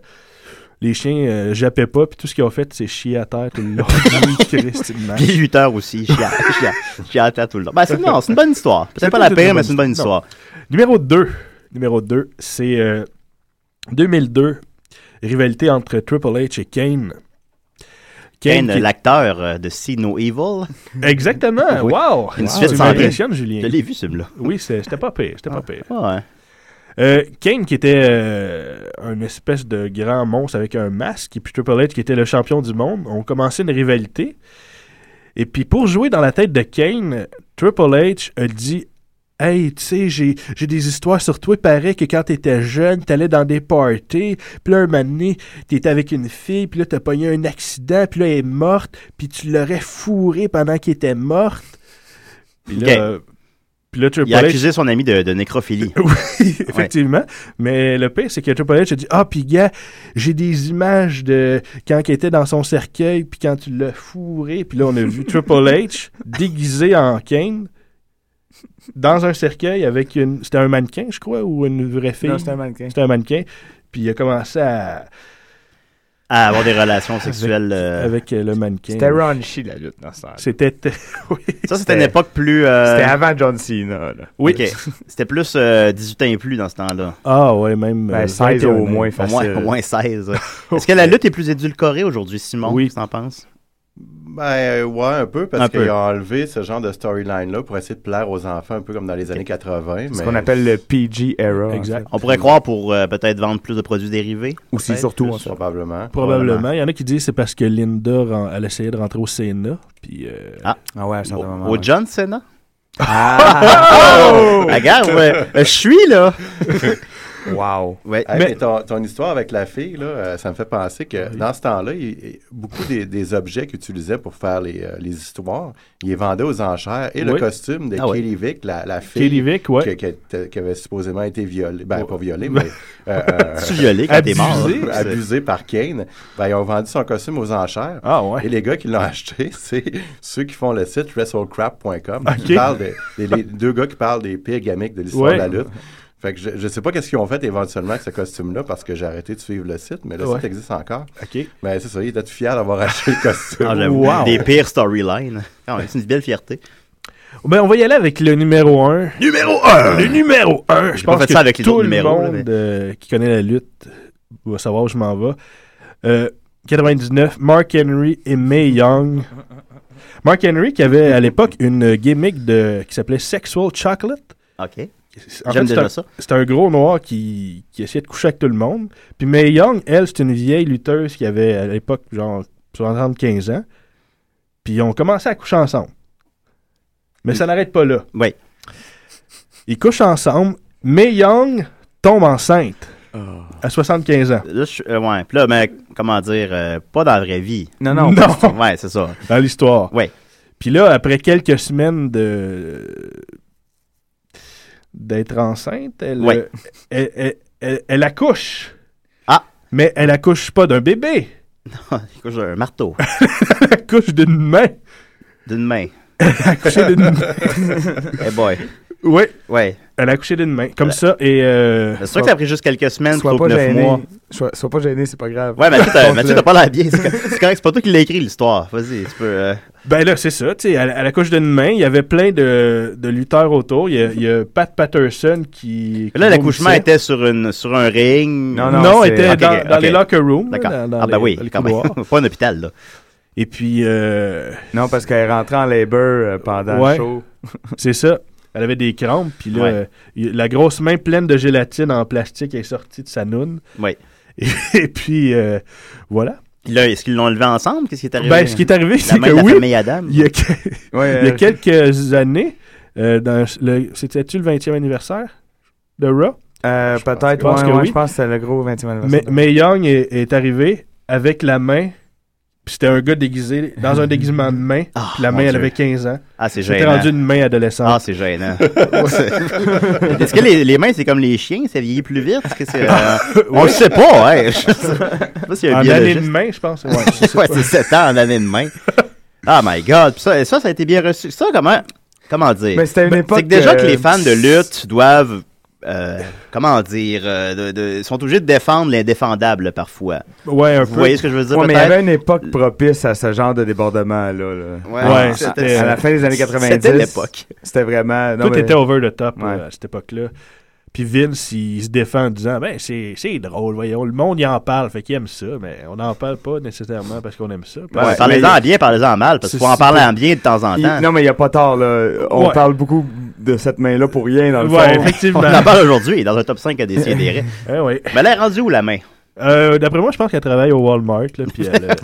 Speaker 6: les chiens euh, jappaient pas, puis tout ce qu'ils ont fait, c'est chier à terre tout le long du Christ, du match.
Speaker 5: Puis les lutteurs aussi. Chia, chia, chia, chia tout le long. Ben, c'est non, c'est une bonne histoire. C'est pas la
Speaker 6: C'est une
Speaker 5: pire,
Speaker 6: bonne
Speaker 5: mais c'est une bonne
Speaker 6: histoire.
Speaker 5: histoire.
Speaker 6: Numéro 2. Numéro 2, c'est euh, 2002, rivalité entre Triple H et Kane.
Speaker 5: Kane,
Speaker 6: qui-
Speaker 5: l'acteur euh, de See No Evil,
Speaker 6: Exactement.
Speaker 5: Oui.
Speaker 6: Wow.
Speaker 5: Une
Speaker 6: Wow,
Speaker 5: suite
Speaker 6: tu
Speaker 5: sans
Speaker 6: m'impressionnes,
Speaker 5: je Ah.
Speaker 6: Julien.
Speaker 5: l'ai vu, ce film-là.
Speaker 6: Oui, c'est- c'était pas pire. C'était pas pire.
Speaker 5: Ouais.
Speaker 6: Euh, Kane, qui était euh, un espèce de grand monstre avec un masque, et puis Triple H, qui était le champion du monde, ont commencé une rivalité. Et puis, pour jouer dans la tête de Kane, Triple H a dit Hey, tu sais, j'ai, j'ai des histoires sur toi. Il paraît que quand t'étais jeune, t'allais dans des parties. Puis là, un moment donné, t'étais avec une fille. Puis là, t'as pogné un accident. Puis là, elle est morte. Puis tu l'aurais fourrée pendant qu'elle était morte. Puis là,
Speaker 5: Ok.
Speaker 6: euh, puis là Triple
Speaker 5: Il a
Speaker 6: H.
Speaker 5: accusé son ami de, de nécrophilie.
Speaker 6: Oui, effectivement. Mais le pire, c'est que Triple H a dit Ah, puis gars, j'ai des images de quand il était dans son cercueil, puis quand tu l'as fourré. Puis là, on a vu Triple H déguisé en Kane dans un cercueil avec une. C'était un mannequin, je crois, ou une vraie fille.
Speaker 8: Non, c'était un mannequin.
Speaker 6: C'était un mannequin. Puis il a commencé à,
Speaker 5: À avoir des relations sexuelles. euh,
Speaker 6: avec euh, le mannequin.
Speaker 8: C'était raunchy, la lutte, dans ce temps-là.
Speaker 6: C'était. oui.
Speaker 5: Ça, c'était une époque plus. euh,
Speaker 8: C'était avant John Cena, là.
Speaker 6: Oui.
Speaker 5: ok. C'était plus euh, 18 ans et plus dans ce temps-là.
Speaker 6: Ah, ouais, même.
Speaker 8: Ben,
Speaker 6: euh,
Speaker 8: 16 au
Speaker 6: 21.
Speaker 8: moins,
Speaker 5: Au moins,
Speaker 8: facile.
Speaker 5: au moins 16. Est-ce que la lutte est plus édulcorée aujourd'hui, Simon
Speaker 6: Oui.
Speaker 5: Qu'est-ce que t'en penses
Speaker 7: Ben, euh, ouais, un peu,
Speaker 5: Un
Speaker 7: parce
Speaker 5: peu.
Speaker 7: qu'ils ont enlevé ce genre de storyline-là pour essayer de plaire aux enfants, un peu comme dans les années 80.
Speaker 8: Ce
Speaker 7: mais-
Speaker 8: qu'on appelle le PG era.
Speaker 6: Exact.
Speaker 5: On pourrait croire pour euh, peut-être vendre plus de produits dérivés.
Speaker 8: en fait. Aussi,
Speaker 5: peut-être.
Speaker 8: surtout, en fait.
Speaker 7: Probablement.
Speaker 6: Probablement. Il y en a qui disent que c'est parce que Linda, ren- elle essayait de rentrer au Sénat. Puis. euh,
Speaker 8: Ah ouais, à un
Speaker 5: Au,
Speaker 8: certain moment.
Speaker 5: au
Speaker 8: ouais.
Speaker 5: John Cena
Speaker 8: Ah!
Speaker 5: Regarde, ouais, euh, je suis là.
Speaker 8: Wow.
Speaker 5: Ouais.
Speaker 7: Hey,
Speaker 6: Mais-
Speaker 7: mais ton, ton histoire avec la fille, là, euh, ça me fait penser que dans ce temps-là, il- il- beaucoup des, des objets qu'ils utilisaient pour faire les, euh, les histoires, ils les vendaient aux enchères. Et le
Speaker 6: Oui.
Speaker 7: costume de
Speaker 5: Ah ouais.
Speaker 7: Kelly Vick, la, la fille
Speaker 6: Kelly Vick, ouais.
Speaker 7: que- que- que- qui avait supposément été violée, ben
Speaker 6: Ouais.
Speaker 7: pas violée, mais euh, euh,
Speaker 5: Tu violé quand t'es mort.
Speaker 7: abusée,
Speaker 5: C'est-
Speaker 7: abusée par Kane, ben, ils ont vendu son costume aux enchères.
Speaker 6: Ah ouais.
Speaker 7: Et les gars qui l'ont acheté, c'est ceux qui font le site wrestlecrap.com.
Speaker 6: Ok.
Speaker 7: Qui parlent des, des- les deux gars qui parlent des pires gimmicks de l'histoire
Speaker 6: Ouais.
Speaker 7: de la lutte. Fait que je, je sais pas qu'est-ce qu'ils ont fait éventuellement avec ce costume-là parce que j'ai arrêté de suivre le site, mais le
Speaker 6: Ouais.
Speaker 7: site existe encore.
Speaker 6: OK.
Speaker 7: Mais c'est ça, il était fier d'avoir acheté le costume.
Speaker 5: Ah, j'avoue,
Speaker 6: Wow.
Speaker 5: Des pires storylines. Quand même, C'est une belle fierté.
Speaker 6: Ben, on va y aller avec le numéro 1.
Speaker 5: Numéro 1
Speaker 6: Le numéro 1. Je
Speaker 5: J'ai pas
Speaker 6: pense
Speaker 5: fait
Speaker 6: que
Speaker 5: ça avec les
Speaker 6: tout
Speaker 5: autres
Speaker 6: le
Speaker 5: numéros, là,
Speaker 6: monde
Speaker 5: mais-
Speaker 6: euh, qui connaît la lutte va savoir où je m'en vais. Euh, 99, Mark Henry et May Young. Mark Henry qui avait à l'époque une gimmick de, qui s'appelait Sexual Chocolate.
Speaker 5: Ok.
Speaker 6: En
Speaker 5: J'aime
Speaker 6: fait, c'est
Speaker 5: déjà
Speaker 6: un-
Speaker 5: ça.
Speaker 6: C'est un gros noir qui, qui essayait de coucher avec tout le monde. Puis Mae Young, elle, c'est une vieille lutteuse qui avait à l'époque genre 75 ans. Puis ils ont commencé à coucher ensemble. Mais ça n'arrête pas là.
Speaker 5: Oui.
Speaker 6: Ils couchent ensemble. Mae Young tombe enceinte à 75 ans.
Speaker 5: Là, je suis- euh, ouais. Puis là, mais comment dire, euh, pas dans la vraie vie.
Speaker 8: Non, non.
Speaker 5: Ouais, c'est ça.
Speaker 6: dans l'histoire.
Speaker 5: Ouais.
Speaker 6: Puis là, après quelques semaines de d'être enceinte, elle, euh,
Speaker 5: Ouais.
Speaker 6: elle, elle- elle- elle accouche.
Speaker 5: Ah.
Speaker 6: Mais elle accouche pas d'un bébé.
Speaker 5: Écoute, j'ai un marteau
Speaker 6: Elle accouche d'une main.
Speaker 5: d'une main.
Speaker 6: Elle a accouché d'une main.
Speaker 5: Hey boy.
Speaker 6: Ouais,
Speaker 5: Ouais.
Speaker 6: elle a accouché d'une main. Comme ça, et... euh,
Speaker 5: C'est sûr que ça a pris juste quelques semaines
Speaker 8: Sois
Speaker 5: plutôt
Speaker 8: pas
Speaker 5: que 9
Speaker 8: gêné.
Speaker 5: mois.
Speaker 8: Sois, sois pas gêné, c'est pas grave.
Speaker 5: Ouais, Mathieu, t'as,
Speaker 8: Raconte-le.
Speaker 5: Mathieu, t'as pas l'air bien. C'est co- c'est correct, c'est pas toi qui l'as écrit l'histoire. Vas-y, tu peux. euh,
Speaker 6: Ben là, c'est ça, tu sais, elle, elle accouche d'une main, il y avait plein de, de lutteurs autour, il y a, il y a Pat Patterson qui...
Speaker 5: Là,
Speaker 6: qui
Speaker 5: l'accouchement
Speaker 6: vomissait.
Speaker 5: était sur, une, sur un ring.
Speaker 8: Non,
Speaker 6: Non,
Speaker 8: c'est-
Speaker 6: elle était
Speaker 5: Ok,
Speaker 6: dans,
Speaker 5: ok,
Speaker 6: dans les
Speaker 5: ok.
Speaker 6: locker rooms,
Speaker 5: D'accord.
Speaker 6: dans, dans
Speaker 5: ah, ben
Speaker 6: les-
Speaker 5: oui,
Speaker 6: dans les
Speaker 5: quand
Speaker 6: couloirs.
Speaker 5: même. pas un hôpital, là.
Speaker 6: Et puis, euh,
Speaker 8: Non, parce qu'elle est rentrée en labor euh, pendant
Speaker 6: Ouais.
Speaker 8: le show.
Speaker 6: c'est ça. Elle avait des crampes, puis là,
Speaker 5: Ouais.
Speaker 6: euh, y- la grosse main pleine de gélatine en plastique est sortie de sa noune.
Speaker 5: Oui.
Speaker 6: Et, et puis, euh, voilà.
Speaker 5: Là, est-ce qu'ils l'ont levé ensemble? Qu'est-ce qui est arrivé?
Speaker 6: Ben, ce qui est arrivé,
Speaker 5: la
Speaker 6: c'est
Speaker 5: main
Speaker 6: que
Speaker 5: de la
Speaker 6: oui,
Speaker 5: famille Adam.
Speaker 6: il y a, que-
Speaker 8: Ouais,
Speaker 6: il y a
Speaker 8: euh,
Speaker 6: quelques années, euh, dans le- c'était-tu le 20e anniversaire de Raw?
Speaker 5: Ah,
Speaker 8: euh, Peut-être,
Speaker 6: Je pense
Speaker 8: ouais,
Speaker 6: que
Speaker 8: ouais,
Speaker 6: oui.
Speaker 8: je pense que c'est le gros 20e
Speaker 6: Mais,
Speaker 8: anniversaire.
Speaker 6: mais Young est, est arrivé avec la main, puis c'était un gars déguisé dans un déguisement de main,
Speaker 5: Ah,
Speaker 6: puis la
Speaker 5: mon
Speaker 6: main, elle
Speaker 5: Dieu.
Speaker 6: avait 15 ans.
Speaker 5: Ah, c'est
Speaker 6: C'était
Speaker 5: gênant.
Speaker 6: rendu une main adolescente.
Speaker 5: Ah, c'est gênant. C'est- est-ce que les, les mains, c'est comme les chiens? Ça vieillit plus vite? Est-ce que c'est, euh, On le sait pas, hein. Je sais pas s'il y a un
Speaker 6: en année de
Speaker 5: biologiste.
Speaker 6: main, je pense. Ouais, je sais
Speaker 5: ouais,
Speaker 6: pas.
Speaker 5: c'est 7 ans en année de main. Ah my God. Puis ça, ça, ça a été bien reçu. Ça, comment, comment dire?
Speaker 8: Mais c'était une
Speaker 5: Ben,
Speaker 8: époque.
Speaker 5: C'est que déjà que
Speaker 8: euh,
Speaker 5: les fans de lutte doivent, euh, comment dire, euh, de- de- sont obligés de défendre l'indéfendable parfois.
Speaker 6: Ouais, un
Speaker 5: Vous
Speaker 6: peu.
Speaker 5: voyez ce que je veux dire?
Speaker 8: Ouais, mais il y
Speaker 5: peut-être?
Speaker 8: avait une époque propice à ce genre de débordement-là. là.
Speaker 6: Ouais,
Speaker 5: c'était
Speaker 8: À la fin des années 90.
Speaker 5: c'était l'époque.
Speaker 8: C'était vraiment. non,
Speaker 6: Tout
Speaker 8: mais-
Speaker 6: était over the top
Speaker 8: Ouais.
Speaker 6: euh, à cette époque-là. Puis Vince, il se défend en disant Ben, c'est c'est drôle, voyons, le monde il en parle, fait qu'il aime ça, mais on n'en parle pas nécessairement parce qu'on aime ça. Parce-
Speaker 5: Ouais, parlez-en
Speaker 8: mais-
Speaker 5: en bien, parlez-en en mal, parce qu'il faut en
Speaker 6: C'est-
Speaker 5: parler en bien de temps en temps.
Speaker 8: Il- non, mais il n'y a pas tard, là. On
Speaker 6: Ouais.
Speaker 8: parle beaucoup de cette main-là pour rien, dans le
Speaker 6: Ouais,
Speaker 8: fond.
Speaker 6: effectivement.
Speaker 5: On en parle aujourd'hui, dans un top 5 à décider des raies.
Speaker 6: Eh oui.
Speaker 5: Mais elle est rendue où la main
Speaker 6: Euh, D'après moi, je pense qu'elle travaille au Walmart, là, puis elle, a-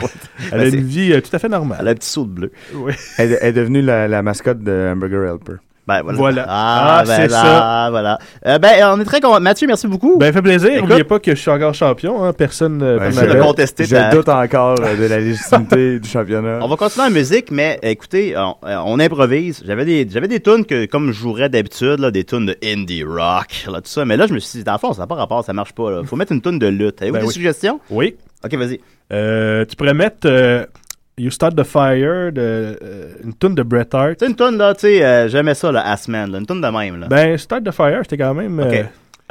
Speaker 6: elle a
Speaker 5: Ben, c'est-
Speaker 6: une vie euh, tout à fait normale.
Speaker 5: Elle a un petit saut de bleu.
Speaker 6: Oui.
Speaker 8: Elle, elle est devenue la, la mascotte de Hamburger Helper.
Speaker 5: Ben voilà.
Speaker 6: Voilà.
Speaker 5: Ah,
Speaker 6: Ah,
Speaker 5: ben
Speaker 6: c'est
Speaker 5: là,
Speaker 6: ça.
Speaker 5: voilà. Euh, ben, on est très content. Mathieu, merci beaucoup.
Speaker 6: Ben, fait plaisir.
Speaker 5: Écoute-
Speaker 6: N'oubliez pas que je suis encore champion. Hein. Personne. euh,
Speaker 8: Ouais,
Speaker 6: personne
Speaker 5: je
Speaker 6: n'arrête.
Speaker 5: le contester
Speaker 8: Je
Speaker 5: ta-
Speaker 8: doute encore euh, de la légitimité du championnat.
Speaker 5: On va continuer en musique, mais écoutez, on, euh, on improvise. J'avais des, j'avais des tunes que, comme je jouerais d'habitude, là, des tunes de indie rock, là, tout ça. Mais là, je me suis dit, dans le fond, ça n'a pas rapport, ça marche pas. Là. Faut mettre une tune de lutte. Avez-vous
Speaker 6: Ben
Speaker 5: des
Speaker 6: oui.
Speaker 5: suggestions?
Speaker 6: Oui.
Speaker 5: Ok, vas-y.
Speaker 6: Euh, tu pourrais mettre euh, You Start the Fire, de, euh, une tune de Bret Hart.
Speaker 5: C'est une tune là, tu sais, euh, j'aimais ça, là, Assman, là, une tune de même, là.
Speaker 6: Ben, Start the Fire, c'était quand même.
Speaker 5: Ah. ok.
Speaker 6: euh,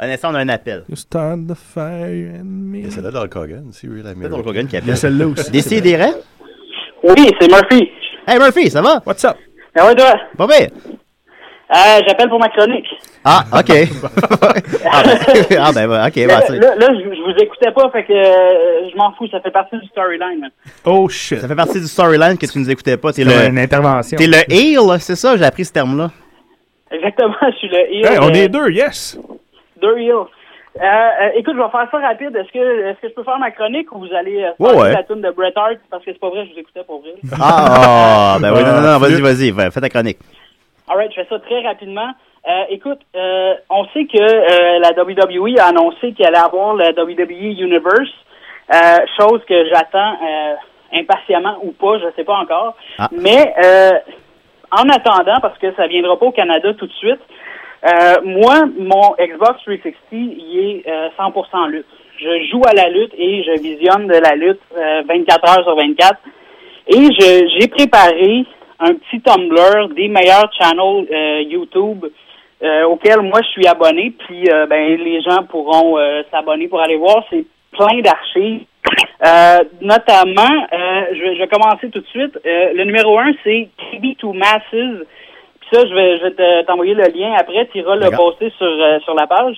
Speaker 5: Un instant, on a un appel.
Speaker 6: you Start the Fire and me.
Speaker 7: Et c'est là dans le Cogan, c'est Real
Speaker 5: C'est
Speaker 6: ben,
Speaker 7: America.
Speaker 5: Hulk Hogan qui
Speaker 6: Il y a
Speaker 5: appelle.
Speaker 6: celle-là aussi.
Speaker 5: Décidez des rêves?
Speaker 9: Oui, c'est Murphy.
Speaker 5: Hey Murphy, ça va?
Speaker 6: What's up?
Speaker 9: Ben ouais, toi.
Speaker 5: Pas pire.
Speaker 9: Euh, J'appelle pour ma chronique.
Speaker 5: Ah, ok. ah, ben, ah, ben, ouais, ok,
Speaker 9: Là,
Speaker 5: bah, c'est-
Speaker 9: là, là, je, je vous écoutais pas, fait que euh, je m'en fous, ça fait partie du storyline.
Speaker 6: Oh shit.
Speaker 5: ça fait partie du storyline que tu nous écoutais pas. T'es
Speaker 8: C'est
Speaker 5: le,
Speaker 8: une intervention.
Speaker 5: t'es le heel, là, c'est ça, j'ai appris ce terme-là.
Speaker 9: Exactement, je suis le heel.
Speaker 6: Hey, on
Speaker 9: de-
Speaker 6: est deux, yes!
Speaker 9: Deux heels. Euh, euh, écoute, je vais faire ça rapide. Est-ce que, est-ce que je peux faire ma chronique ou vous allez euh,
Speaker 5: Ouais,
Speaker 9: faire
Speaker 5: ouais.
Speaker 9: la tune de Bret Hart? Parce que c'est pas vrai, je vous écoutais pour vrai.
Speaker 5: Ah, ah, ben oui, non, non, non, vas-y,
Speaker 6: Bah,
Speaker 5: vas-y, va- fais ta chronique.
Speaker 9: Alright, je fais ça très rapidement. Euh, écoute, euh, on sait que euh, la WWE a annoncé qu'elle allait avoir le WWE E Universe, euh, chose que j'attends euh, impatiemment ou pas, je sais pas encore.
Speaker 5: Ah.
Speaker 9: Mais euh, en attendant, parce que ça viendra pas au Canada tout de suite, euh, moi, mon Xbox 360, il est euh, 100% lutte. Je joue à la lutte et je visionne de la lutte euh, 24 heures sur 24. Et je- j'ai préparé un petit Tumblr des meilleurs channels euh, YouTube euh, auxquels moi je suis abonné. Puis euh, ben les gens pourront euh, s'abonner pour aller voir. C'est plein d'archives. Euh, notamment, euh, je, vais- je vais commencer tout de suite. Euh, le numéro un, c'est KB2 Masses. Puis ça, je vais, je vais te- t'envoyer le lien après. Tu iras le
Speaker 5: D'accord.
Speaker 9: poster sur, euh, sur la page.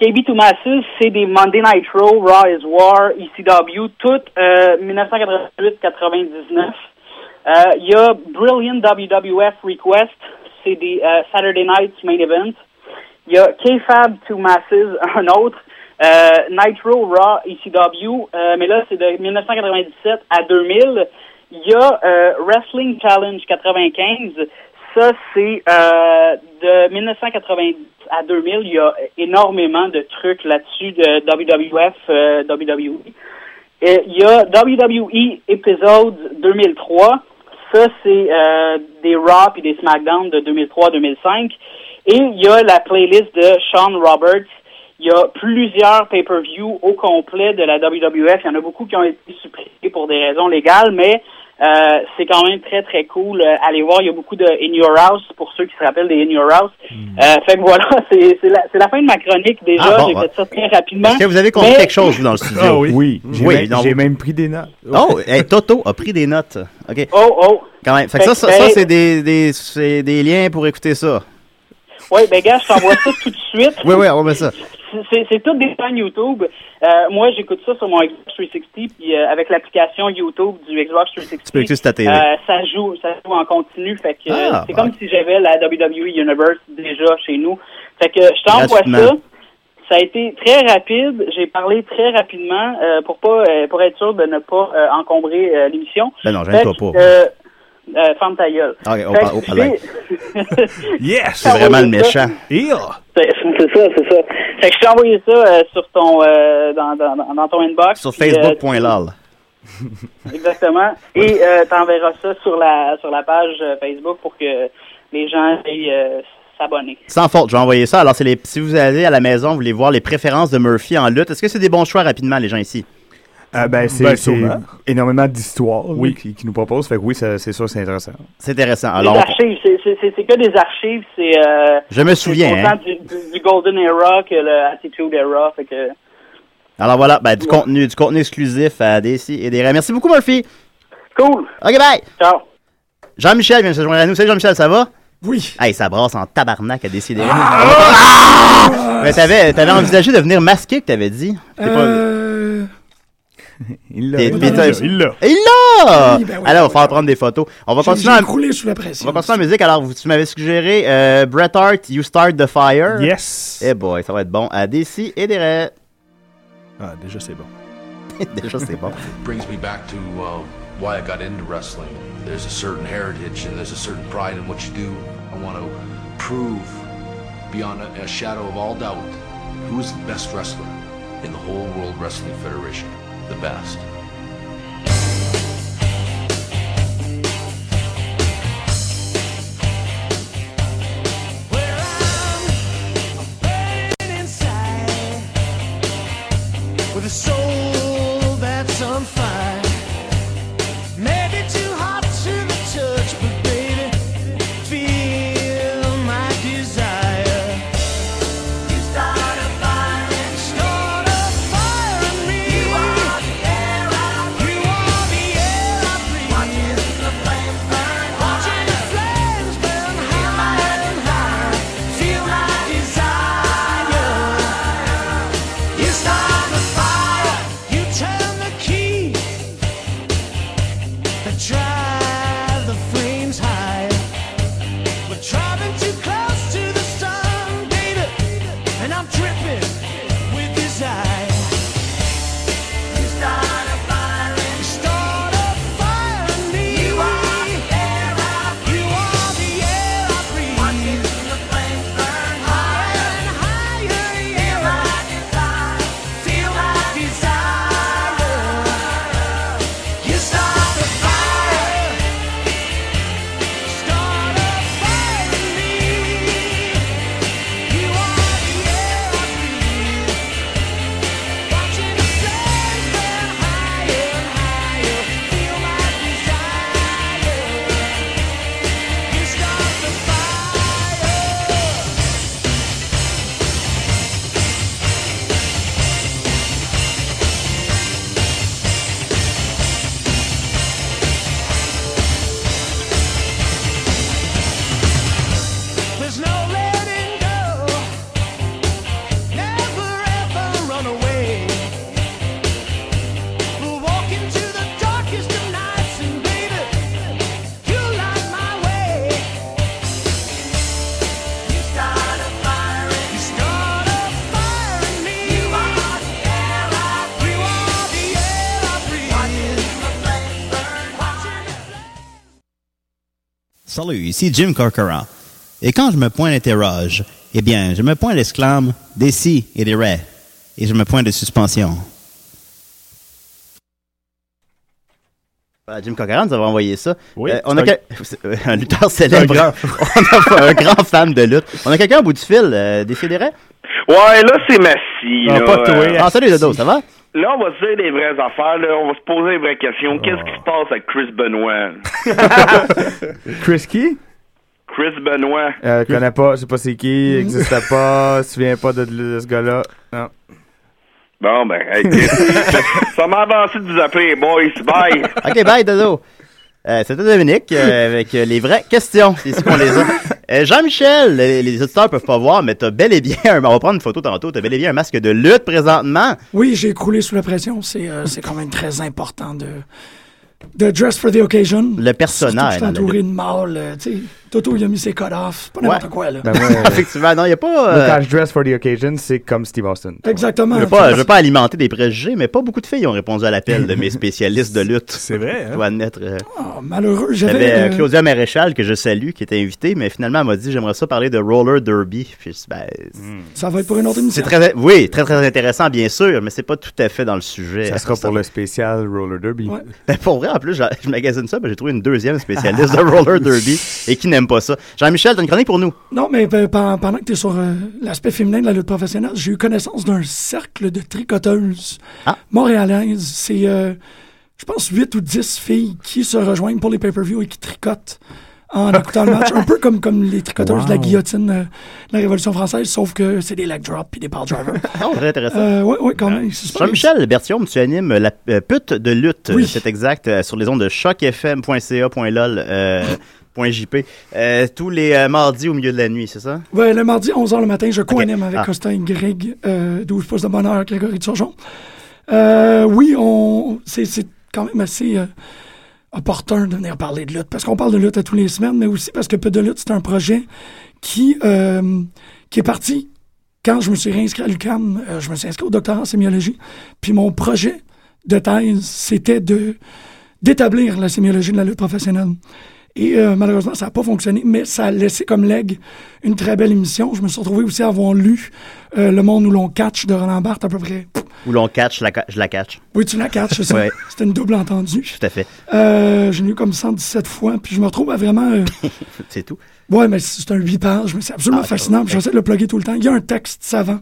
Speaker 9: KB2 Masses, c'est des Monday Night Raw, Raw is War, ECW, tout euh, 1988-99. Euh, Il y a Brilliant WWF Request, c'est des euh, Saturday Night Main Event. Il y a K-Fab to Masses, un autre. Euh, Nitro, Raw, ECW, euh, mais là, c'est de 1997 à 2000. Il y a euh, Wrestling Challenge 95. Ça, c'est euh, de 1990 à 2000. Il y a énormément de trucs là-dessus de WWF, euh, WWE. Et Il y a E WWE Episode 2003. Ça, c'est euh, des Raw et des SmackDown de 2003-2005. Et il y a la playlist de Sean Roberts. Il y a plusieurs pay-per-view au complet de la WWF. Il y en a beaucoup qui ont été supprimés pour des raisons légales, mais euh, c'est quand même très, très cool. Euh, allez voir, il y a beaucoup de In Your House, pour ceux qui se rappellent des In Your House. Euh, fait que voilà, c'est c'est la, c'est la fin de ma chronique déjà.
Speaker 5: Hmm. Ah, bon,
Speaker 9: J'ai
Speaker 5: ouais.
Speaker 9: fait ça très rapidement.
Speaker 5: Est-ce que vous avez compris
Speaker 9: Mais-
Speaker 5: quelque chose, vous, dans le studio?
Speaker 6: Ah oui.
Speaker 8: Oui, j'ai
Speaker 5: Oui,
Speaker 8: même,
Speaker 5: non.
Speaker 8: j'ai même pris des notes.
Speaker 5: Oh, hey, Toto a pris des notes. OK,
Speaker 9: Oh, oh.
Speaker 5: quand même. Fait que ça, ça,
Speaker 9: Ben,
Speaker 5: ça, c'est des, des, c'est des liens pour écouter ça.
Speaker 9: Oui, ben gars, je t'envoie ça tout de suite.
Speaker 5: Oui, oui, on met ça.
Speaker 9: C'est c'est toutes des chaînes YouTube. Euh, moi, j'écoute ça sur mon Xbox 360, puis euh, avec l'application YouTube du Xbox 360.
Speaker 5: Tu peux écouter sur ta télé.
Speaker 9: euh, ça joue, ça joue en continu. Fait que euh,
Speaker 5: Ah,
Speaker 9: c'est
Speaker 5: bah.
Speaker 9: comme si j'avais la WWE Universe déjà chez nous. Fait que je t'envoie ça.
Speaker 5: Gratuitement.
Speaker 9: Ça a été très rapide. J'ai parlé très rapidement euh, pour pas, euh, pour être sûr de ne pas euh, encombrer euh, l'émission.
Speaker 5: Ben non,
Speaker 9: Fait
Speaker 5: j'aime toi
Speaker 9: que,
Speaker 5: pas.
Speaker 9: euh, euh, ferme ta gueule.
Speaker 5: Ah, ok, oh,
Speaker 9: Fait
Speaker 5: par- oh,
Speaker 9: que
Speaker 5: pardon.
Speaker 9: j'ai-
Speaker 6: Yes!
Speaker 5: C'est vraiment le méchant.
Speaker 6: Heel!
Speaker 9: C'est Ben, c'est ça, c'est ça. Fait que je t'ai envoyé ça euh, sur ton, euh, dans, dans, dans ton inbox.
Speaker 5: Sur
Speaker 9: puis, euh,
Speaker 5: facebook.lol.
Speaker 9: exactement. Et euh, t'enverras ça sur la sur la page euh, Facebook pour que les gens aillent euh, s'abonner.
Speaker 5: Sans faute, je vais envoyer ça. Alors, c'est les, si vous allez à la maison, vous voulez voir les préférences de Murphy en lutte, est-ce que c'est des bons choix rapidement, les gens ici?
Speaker 8: Ah, ben, c'est
Speaker 6: Ben,
Speaker 8: c'est
Speaker 6: sûrement.
Speaker 8: énormément d'histoires
Speaker 6: Oui.
Speaker 8: qui, qui nous proposent. Fait que oui, ça- c'est sûr, c'est intéressant.
Speaker 5: C'est intéressant.
Speaker 9: Les
Speaker 5: Alors, on-
Speaker 9: archives, c'est- c'est c'est- c'est que des archives, c'est euh,
Speaker 5: je me
Speaker 9: c'est
Speaker 5: souviens. hein.
Speaker 9: autant du, du- du Golden Era que le Attitude Era. Fait que
Speaker 5: Alors voilà, ben, du contenu, du contenu exclusif à DC et des raies. Merci beaucoup, Murphy.
Speaker 9: cool.
Speaker 5: OK, bye.
Speaker 9: Ciao.
Speaker 5: Jean-Michel vient de se
Speaker 10: Ah!
Speaker 5: joindre à nous. Salut Jean-Michel, ça va? Oui. Hey, ça brasse en tabarnak à décider. Mais Ah! Ben, t'avais, t'avais envisagé de venir masquer, que t'avais dit. T'es pas-
Speaker 10: Euh,
Speaker 8: Il l'a.
Speaker 5: T'es-
Speaker 8: il
Speaker 5: t'es-
Speaker 8: l'a,
Speaker 5: t'es-
Speaker 8: il l'a.
Speaker 5: Et là!
Speaker 10: Oui, ben oui,
Speaker 5: Allez, on va
Speaker 10: ben
Speaker 5: faire
Speaker 10: oui.
Speaker 5: prendre des photos. On va
Speaker 10: j'ai-
Speaker 5: continuer
Speaker 10: j'ai
Speaker 5: en,
Speaker 10: croulé sous la
Speaker 5: on
Speaker 10: pression.
Speaker 5: va continuer en musique. Alors, vous- tu m'avais suggéré euh, Bret Hart, You Start the Fire.
Speaker 6: Yes!
Speaker 5: Eh boy, ça va être bon. À des si et des raies.
Speaker 6: Ah, déjà, c'est bon.
Speaker 5: Déjà, c'est bon.
Speaker 11: brings me back to uh, why I got into wrestling. There's a certain heritage and there's a certain pride in what you do. I want to prove beyond a, a shadow of all doubt who is the best wrestler in the whole World Wrestling Federation. The best.
Speaker 10: With a soul that's on fire. Maybe too hot to the touch, but baby, feel my desire. You start a fire, start a fire in me. You are the air I breathe. Watching the flames burn higher and higher. Feel my desire. You start the fire, you turn the key that drive the flames high. We're driving too close to the sun, baby, and I'm dripping with desire. You start a fire, you start a fire in me. You are the air I breathe. You are the air I breathe. Watching the flames burn higher and higher. Feel my desire. Feel my desire. You start the fire. Start a fire in me. You are the air I breathe. Watching the flames burn higher and higher. Feel my desire. You start the fire. There's no letting go. Never ever run away. We'll walk into the darkest of nights and baby, you light my way. You start a fire in You start a fire in me. You are the air I breathe. You are the air I breathe. Watching the flames burn. Watching the flames.
Speaker 5: Salut, ici Jim Corcoran. Et quand je me pointe l'interroge, eh bien, je me pointe l'exclame des si et des raies. Et je me pointe de suspension. Jim Corcoran nous avait envoyé ça. Euh,
Speaker 6: Oui,
Speaker 5: on a
Speaker 6: c'est
Speaker 5: quel- un lutteur célèbre. on a un grand fan de lutte. On a quelqu'un au bout du fil, euh, des si et des raies.
Speaker 11: Ouais, là, c'est Massy.
Speaker 6: Ah,
Speaker 11: là,
Speaker 6: pas toi,
Speaker 11: Euh,
Speaker 6: hein.
Speaker 5: Ah, salut Dodo, ça va?
Speaker 11: là, on va se dire des vraies affaires. Là, on va se poser des vraies questions. Qu'est-ce qui se passe avec Chris Benoit?
Speaker 8: Chris qui?
Speaker 11: Chris Benoit.
Speaker 8: Euh, connais pas, je sais pas c'est qui, existe pas, se souviens pas de, de ce gars-là. Non.
Speaker 11: Bon, ben, hey, Chris. ça m'a avancé de vous appeler, boys. Bye.
Speaker 5: OK, bye, Dodo. Euh, C'était Dominique euh, avec euh, les vraies questions. C'est ici qu'on les a. Euh, Jean-Michel, les, les auditeurs peuvent pas voir, mais t'as bel et bien. un- on va prendre une photo tantôt. T'as bel et bien un masque de lutte présentement.
Speaker 10: Oui, j'ai croulé sous la pression. C'est euh, c'est quand même très important de, de dress for the occasion.
Speaker 5: Le personnage.
Speaker 10: Surtout que Je suis entouré de mâles. euh, tu sais, Toto, il a mis ses cut-offs. Pas n'importe
Speaker 5: Ouais.
Speaker 10: quoi, là.
Speaker 8: Ben moi, euh,
Speaker 5: Effectivement, non, il n'y a
Speaker 8: le
Speaker 5: pas. euh,
Speaker 8: cash dress for the occasion, c'est comme Steve Austin.
Speaker 10: Exactement.
Speaker 5: je veux pas, je veux pas alimenter des préjugés, mais pas beaucoup de filles ont répondu à l'appel de mes spécialistes de lutte.
Speaker 6: C'est vrai,
Speaker 5: Je
Speaker 6: hein?
Speaker 5: dois admettre. euh,
Speaker 10: Ah, malheureux.
Speaker 5: J'avais
Speaker 10: J'avais.
Speaker 5: euh,
Speaker 10: euh,
Speaker 5: Claudia Maréchal, que je salue, qui était invitée, mais finalement, elle m'a dit J'aimerais ça parler de roller derby. Puis je dis, Ben,
Speaker 10: ça va être pour une autre
Speaker 5: c'est
Speaker 10: émission.
Speaker 5: très, oui, très, très intéressant, bien sûr, mais c'est pas tout à fait dans le sujet.
Speaker 8: Ça sera pour le spécial Roller Derby.
Speaker 10: Ouais.
Speaker 5: Ben, pour vrai, en plus, j'a- je magasine ça, ben, j'ai trouvé une deuxième spécialiste de roller derby et qui n'aime pas ça. Jean-Michel, t'as une chronique pour nous?
Speaker 10: Non, mais pe- pen- pendant que tu es sur euh, l'aspect féminin de la lutte professionnelle, j'ai eu connaissance d'un cercle de tricoteuses
Speaker 5: Ah.
Speaker 10: montréalaises. C'est, euh, je pense, 8 ou 10 filles qui se rejoignent pour les pay-per-view et qui tricotent en écoutant le match. Un peu comme, comme les tricoteuses de la guillotine euh, de la Révolution française, sauf que c'est des leg drops puis des power drivers.
Speaker 5: Oh, très intéressant.
Speaker 10: euh, ouais, ouais, quand même. c'est super.
Speaker 5: Jean-Michel Bertium, tu animes la euh, pute de lutte,
Speaker 10: Oui.
Speaker 5: c'est exact, euh, sur les ondes de chocfm.ca.lol. Euh, Point JP. Euh, tous les euh, mardis au milieu de la nuit, c'est ça?
Speaker 12: Ouais, le mardi 11h le matin, je co-anime avec
Speaker 5: Ah.
Speaker 12: Costin Greg, euh, 12 pouces de bonheur, Grégory Turgeon. Euh, oui, on, c'est, c'est quand même assez euh, opportun de venir parler de lutte, parce qu'on parle de lutte à tous les semaines, mais aussi parce que Peu de lutte, c'est un projet qui, euh, qui est parti quand je me suis réinscrit à l'UCAM, euh, je me suis inscrit au doctorat en sémiologie, puis mon projet de thèse, c'était de d'établir la sémiologie de la lutte professionnelle. Et euh, malheureusement, ça n'a pas fonctionné, mais ça a laissé comme legs une très belle émission. Je me suis retrouvé aussi à avoir lu euh, Le monde où l'on catch de Roland Barthes à peu près.
Speaker 5: Où l'on catch, je la, ca- je la catch.
Speaker 12: Oui, tu la catches, c'est ça.
Speaker 5: Ouais.
Speaker 12: C'était une double entendue.
Speaker 5: Tout à fait.
Speaker 12: Euh, J'ai lu comme 117 fois, puis je me retrouve à vraiment... euh,
Speaker 5: C'est tout.
Speaker 12: Ouais, mais c'est un huit pages, mais c'est absolument fascinant. puis J'essaie de le plugger tout le temps. Il y a un texte savant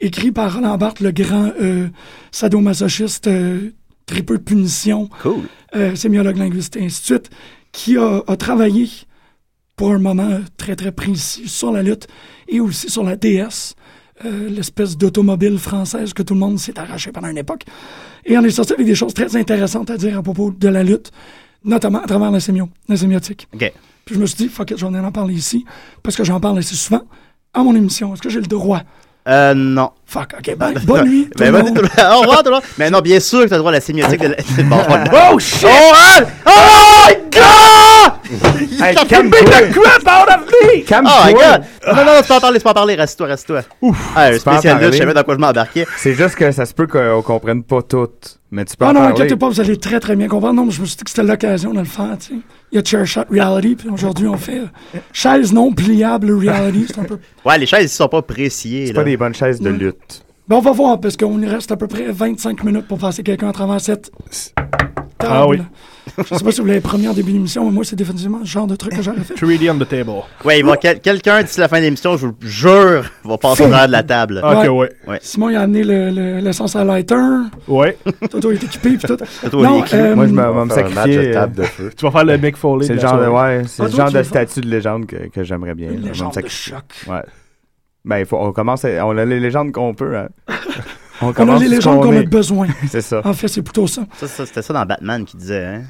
Speaker 12: écrit par Roland Barthes, le grand euh, sadomasochiste, euh, très peu de punition,
Speaker 5: Cool.
Speaker 12: euh, sémiologue linguiste et ainsi de suite, qui a, a travaillé pour un moment euh, très très précis sur la lutte et aussi sur la DS, euh, l'espèce d'automobile française que tout le monde s'est arraché pendant une époque. Et on est sorti avec des choses très intéressantes à dire à propos de la lutte, notamment à travers la, sémio, la sémiotique.
Speaker 5: OK.
Speaker 12: Puis je me suis dit, fuck it, j'en ai en parler ici, parce que j'en parle assez souvent à mon émission. Est-ce que j'ai le droit?
Speaker 5: Euh, non.
Speaker 12: Fuck, OK, ben, bonne nuit, tout
Speaker 5: Ben,
Speaker 12: le
Speaker 5: vas-y,
Speaker 12: monde.
Speaker 5: tout le monde. Au revoir, tout le monde. Mais non, bien sûr que t'as le droit à la sémiotique de la... Bon, voilà.
Speaker 10: Oh, shit!
Speaker 8: hein?
Speaker 10: Oh, oh my god!
Speaker 5: Hey,
Speaker 10: T'as
Speaker 5: calme-toi.
Speaker 10: fumé the crap out of me!
Speaker 5: Oh my god! Non, non, non, laisse-moi en parler, laisse-moi en parler, reste-toi, reste-toi. Ouf! Ah, un
Speaker 8: tu peux en
Speaker 5: spécial
Speaker 8: parler.
Speaker 5: lutte, je savais dans quoi je m'embarquais.
Speaker 8: C'est juste que ça se peut qu'on comprenne pas tout, mais tu peux
Speaker 12: Ah
Speaker 8: en
Speaker 12: non,
Speaker 8: parler.
Speaker 12: inquiétez pas, vous allez très très bien comprendre. Non, mais je me suis dit que c'était l'occasion de le faire, tu sais. Il y a Chair Shot Reality, puis aujourd'hui on fait euh, chaise non pliable reality. C'est un peu.
Speaker 5: Ouais, les chaises, ils sont pas préciées.
Speaker 8: C'est pas des bonnes chaises de lutte.
Speaker 12: Ben, on va voir, parce qu'on y reste à peu près 25 minutes pour passer quelqu'un à travers cette. table.
Speaker 6: Ah oui.
Speaker 12: Je sais pas si vous l'avez promis en début d'émission, mais moi, c'est définitivement le genre de truc que j'aurais fait.
Speaker 6: 3D on the table.
Speaker 5: Ouais, il va quel- quelqu'un d'ici la fin de l'émission, je vous le jure, va passer au travers de la table.
Speaker 12: Ouais.
Speaker 5: Ah, Ouais.
Speaker 12: Simon, il a amené le- le- l'essence à lighter.
Speaker 6: Ouais.
Speaker 12: Toto est équipé, puis tout. euh,
Speaker 5: Toto, il est équipé.
Speaker 8: Moi, je me- vais me
Speaker 7: faire un match
Speaker 8: sacrifier.
Speaker 7: de
Speaker 8: euh,
Speaker 7: table de feu.
Speaker 6: Tu vas faire le Mick Foley.
Speaker 8: C'est
Speaker 6: de
Speaker 8: le
Speaker 6: la
Speaker 8: genre de,
Speaker 6: soirée.
Speaker 8: ouais, c'est
Speaker 12: Ah,
Speaker 8: le
Speaker 12: toi,
Speaker 8: genre
Speaker 12: tu veux
Speaker 8: de
Speaker 12: faire-
Speaker 8: statut de légende que, que j'aimerais bien. là, je vais me
Speaker 12: légende de
Speaker 8: sacrifier.
Speaker 12: choc.
Speaker 8: Ouais. Ben, il faut, on commence. à- on a les légendes qu'on peut. hein. On,
Speaker 12: On a
Speaker 8: commence
Speaker 12: les
Speaker 8: ce
Speaker 12: légendes qu'on a
Speaker 8: est.
Speaker 12: besoin. Ah.
Speaker 8: C'est ça.
Speaker 12: En fait, c'est plutôt ça.
Speaker 5: Ça, ça, c'était ça dans Batman qui disait, hein.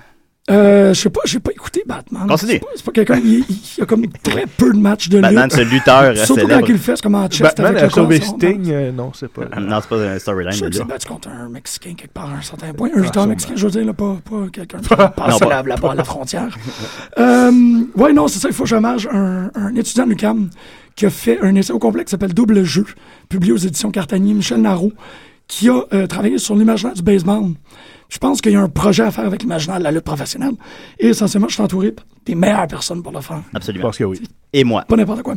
Speaker 12: Euh, je sais pas, j'ai pas écouté Batman.
Speaker 5: Continue.
Speaker 12: C'est pas, c'est pas quelqu'un, il, il- il y a comme très peu de matchs de
Speaker 5: Batman,
Speaker 12: lutte.
Speaker 5: ce lutteur euh,
Speaker 12: Surtout quand
Speaker 5: célèbre.
Speaker 12: il le fait, c'est comme en chest
Speaker 6: Batman
Speaker 12: avec
Speaker 6: a
Speaker 12: le corps.
Speaker 6: sauvé
Speaker 12: son-
Speaker 6: Sting. euh, non, c'est pas.
Speaker 5: Non, c'est pas un
Speaker 12: Je
Speaker 5: storyline
Speaker 12: suis
Speaker 5: de
Speaker 12: sûr que c'est
Speaker 5: lutte.
Speaker 12: battu contre un Mexicain quelque part à un certain point. Un lutteur mexicain, je veux dire, là, pas, pas quelqu'un qui
Speaker 5: pas-
Speaker 12: passe à la, là-bas à la frontière. euh, ouais, non, c'est ça, il faut que j'hommage un, un étudiant de l'UQAM qui a fait un essai au complet qui s'appelle Double Jeu, publié aux éditions Cartanier, Michel Narot, qui a euh, travaillé sur l'imaginaire du baseball. Je pense qu'il y a un projet à faire avec l'imaginaire de la lutte professionnelle. Et essentiellement, je suis entouré par des meilleures personnes pour le faire.
Speaker 6: Je
Speaker 5: Absolument.
Speaker 6: pense que oui.
Speaker 5: Et moi.
Speaker 12: Pas n'importe quoi.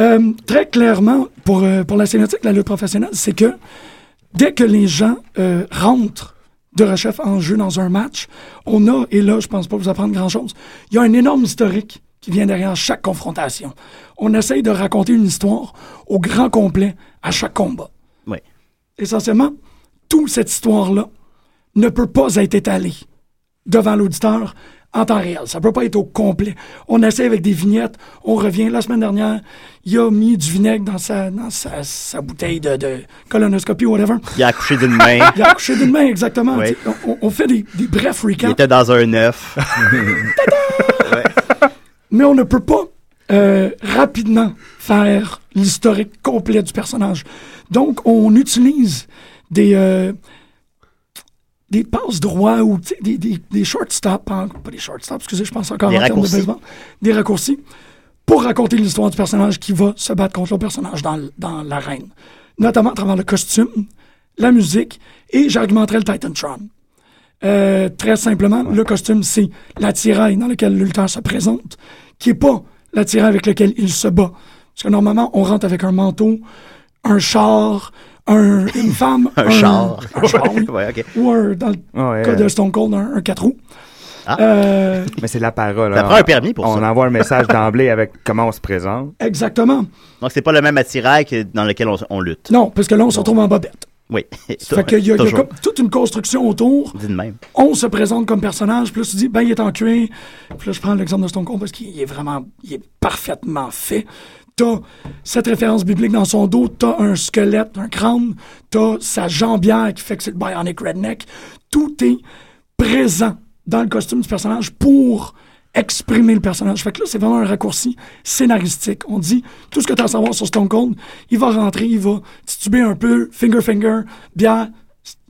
Speaker 12: Euh, très clairement, pour, euh, pour la sémiotique de la lutte professionnelle, c'est que dès que les gens euh, rentrent de rechef en jeu dans un match, on a, et là, je pense pas vous apprendre grand-chose, il y a un énorme historique qui vient derrière chaque confrontation. On essaye de raconter une histoire au grand complet à chaque combat.
Speaker 5: Ouais.
Speaker 12: Essentiellement, toute cette histoire-là ne peut pas être étalée devant l'auditeur en temps réel. Ça peut pas être au complet. On essaie avec des vignettes, on revient. La semaine dernière, il a mis du vinaigre dans sa, dans sa, sa bouteille de, de colonoscopie ou whatever.
Speaker 5: Il a accouché d'une main.
Speaker 12: Il a accouché d'une main, exactement.
Speaker 5: Oui.
Speaker 12: Tu sais, On, on fait des, des brefs
Speaker 5: Il
Speaker 12: recaps,
Speaker 5: était dans un œuf.
Speaker 12: mais on ne peut pas euh, rapidement faire l'historique complet du personnage. Donc, on utilise des... euh, des passes droits ou tu sais, des, des, des shortstops, hein, pas des shortstops, excusez, je pense encore
Speaker 5: Des
Speaker 12: en termes de
Speaker 5: raccourcis.
Speaker 12: baseball, des raccourcis, pour raconter l'histoire du personnage qui va se battre contre le personnage dans, l- dans l'arène. Notamment à travers le costume, la musique et j'argumenterai le Titantron. Euh, très simplement, le costume, c'est l'attirail dans lequel le lutteur se présente, qui est pas l'attirail avec lequel il se bat. Parce que normalement, on rentre avec un manteau, un char, un- une femme,
Speaker 5: Un char.
Speaker 12: un char, oui.
Speaker 5: Ouais, ok.
Speaker 12: Ou un, dans le
Speaker 8: Ouais,
Speaker 12: cas
Speaker 8: euh,
Speaker 12: de Stone Cold, un, un 4 roues.
Speaker 5: Ah.
Speaker 12: Euh,
Speaker 8: Mais c'est de la parole.
Speaker 5: Ça
Speaker 8: hein.
Speaker 5: prend un permis pour
Speaker 8: On
Speaker 5: ça.
Speaker 8: envoie un message d'emblée avec comment on se présente.
Speaker 12: exactement.
Speaker 5: Donc, c'est pas le même attirail que dans lequel on, on lutte.
Speaker 12: Non, parce que là, on se retrouve en bobette.
Speaker 5: Oui.
Speaker 12: Ça fait qu'il y a, il y a
Speaker 5: Toujours.
Speaker 12: comme toute une construction autour.
Speaker 5: Dis de même.
Speaker 12: On se présente comme personnage, puis là, tu dis, ben, il est en cuir. Puis là, je prends l'exemple de Stone Cold parce qu'il est vraiment, il est parfaitement fait. T'as cette référence biblique dans son dos, t'as un squelette, un crâne, t'as sa jambière qui fait que c'est le Bionic Redneck. Tout est présent dans le costume du personnage pour exprimer le personnage. Fait que là, c'est vraiment un raccourci scénaristique. On dit tout ce que tu as à savoir sur Stone Cold, il va rentrer, il va tituber un peu, finger finger, bien,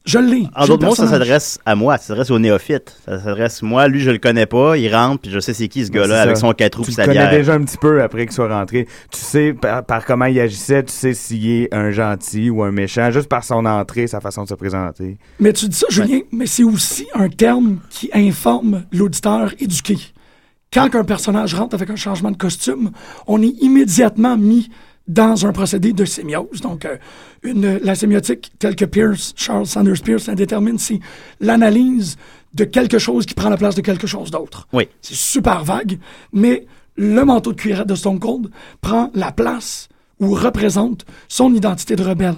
Speaker 12: je l'ai.
Speaker 5: En
Speaker 12: j'ai le
Speaker 5: d'autres mots, ça
Speaker 12: personnage.
Speaker 5: s'adresse à moi, ça s'adresse au néophyte. Ça s'adresse à moi, lui, je le connais pas, il rentre, puis je sais c'est qui ce
Speaker 8: C'est
Speaker 5: gars-là
Speaker 8: ça.
Speaker 5: avec son 4 roues
Speaker 8: Tu
Speaker 5: puis
Speaker 8: le
Speaker 5: sa
Speaker 8: connais
Speaker 5: bière.
Speaker 8: déjà un petit peu après qu'il soit rentré. Tu sais par, par comment il agissait, tu sais s'il est un gentil ou un méchant, juste par son entrée, sa façon de se présenter.
Speaker 12: Mais tu dis ça, Julien, mais c'est aussi un terme qui informe l'auditeur éduqué. Quand un personnage rentre avec un changement de costume, on est immédiatement mis dans un procédé de sémiose. Donc, euh, une, la sémiotique, telle que Pierce, Charles Sanders Pierce, la détermine, c'est l'analyse de quelque chose qui prend la place de quelque chose d'autre.
Speaker 5: Oui.
Speaker 12: C'est super vague, mais le manteau de cuirette de Stone Cold prend la place ou représente son identité de rebelle.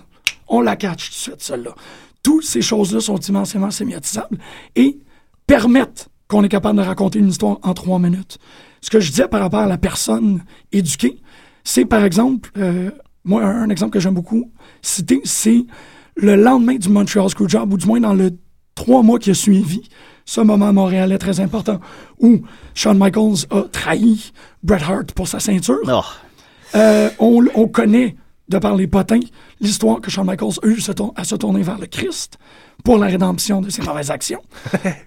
Speaker 12: On la catch tout de suite, celle-là. Toutes ces choses-là sont immensément sémiotisables et permettent qu'on est capable de raconter une histoire en trois minutes. Ce que je disais par rapport à la personne éduquée, c'est par exemple, euh, moi, un, un exemple que j'aime beaucoup citer, c'est le lendemain du Montreal Screwjob, ou du moins dans le trois mois qui a suivi, ce moment montréalais très important où Shawn Michaels a trahi Bret Hart pour sa ceinture.
Speaker 5: Ah
Speaker 12: Euh, on, on connaît, de par les potins, l'histoire que Shawn Michaels a eu se tour- à se tourner vers le Christ pour la rédemption de ses mauvaises actions.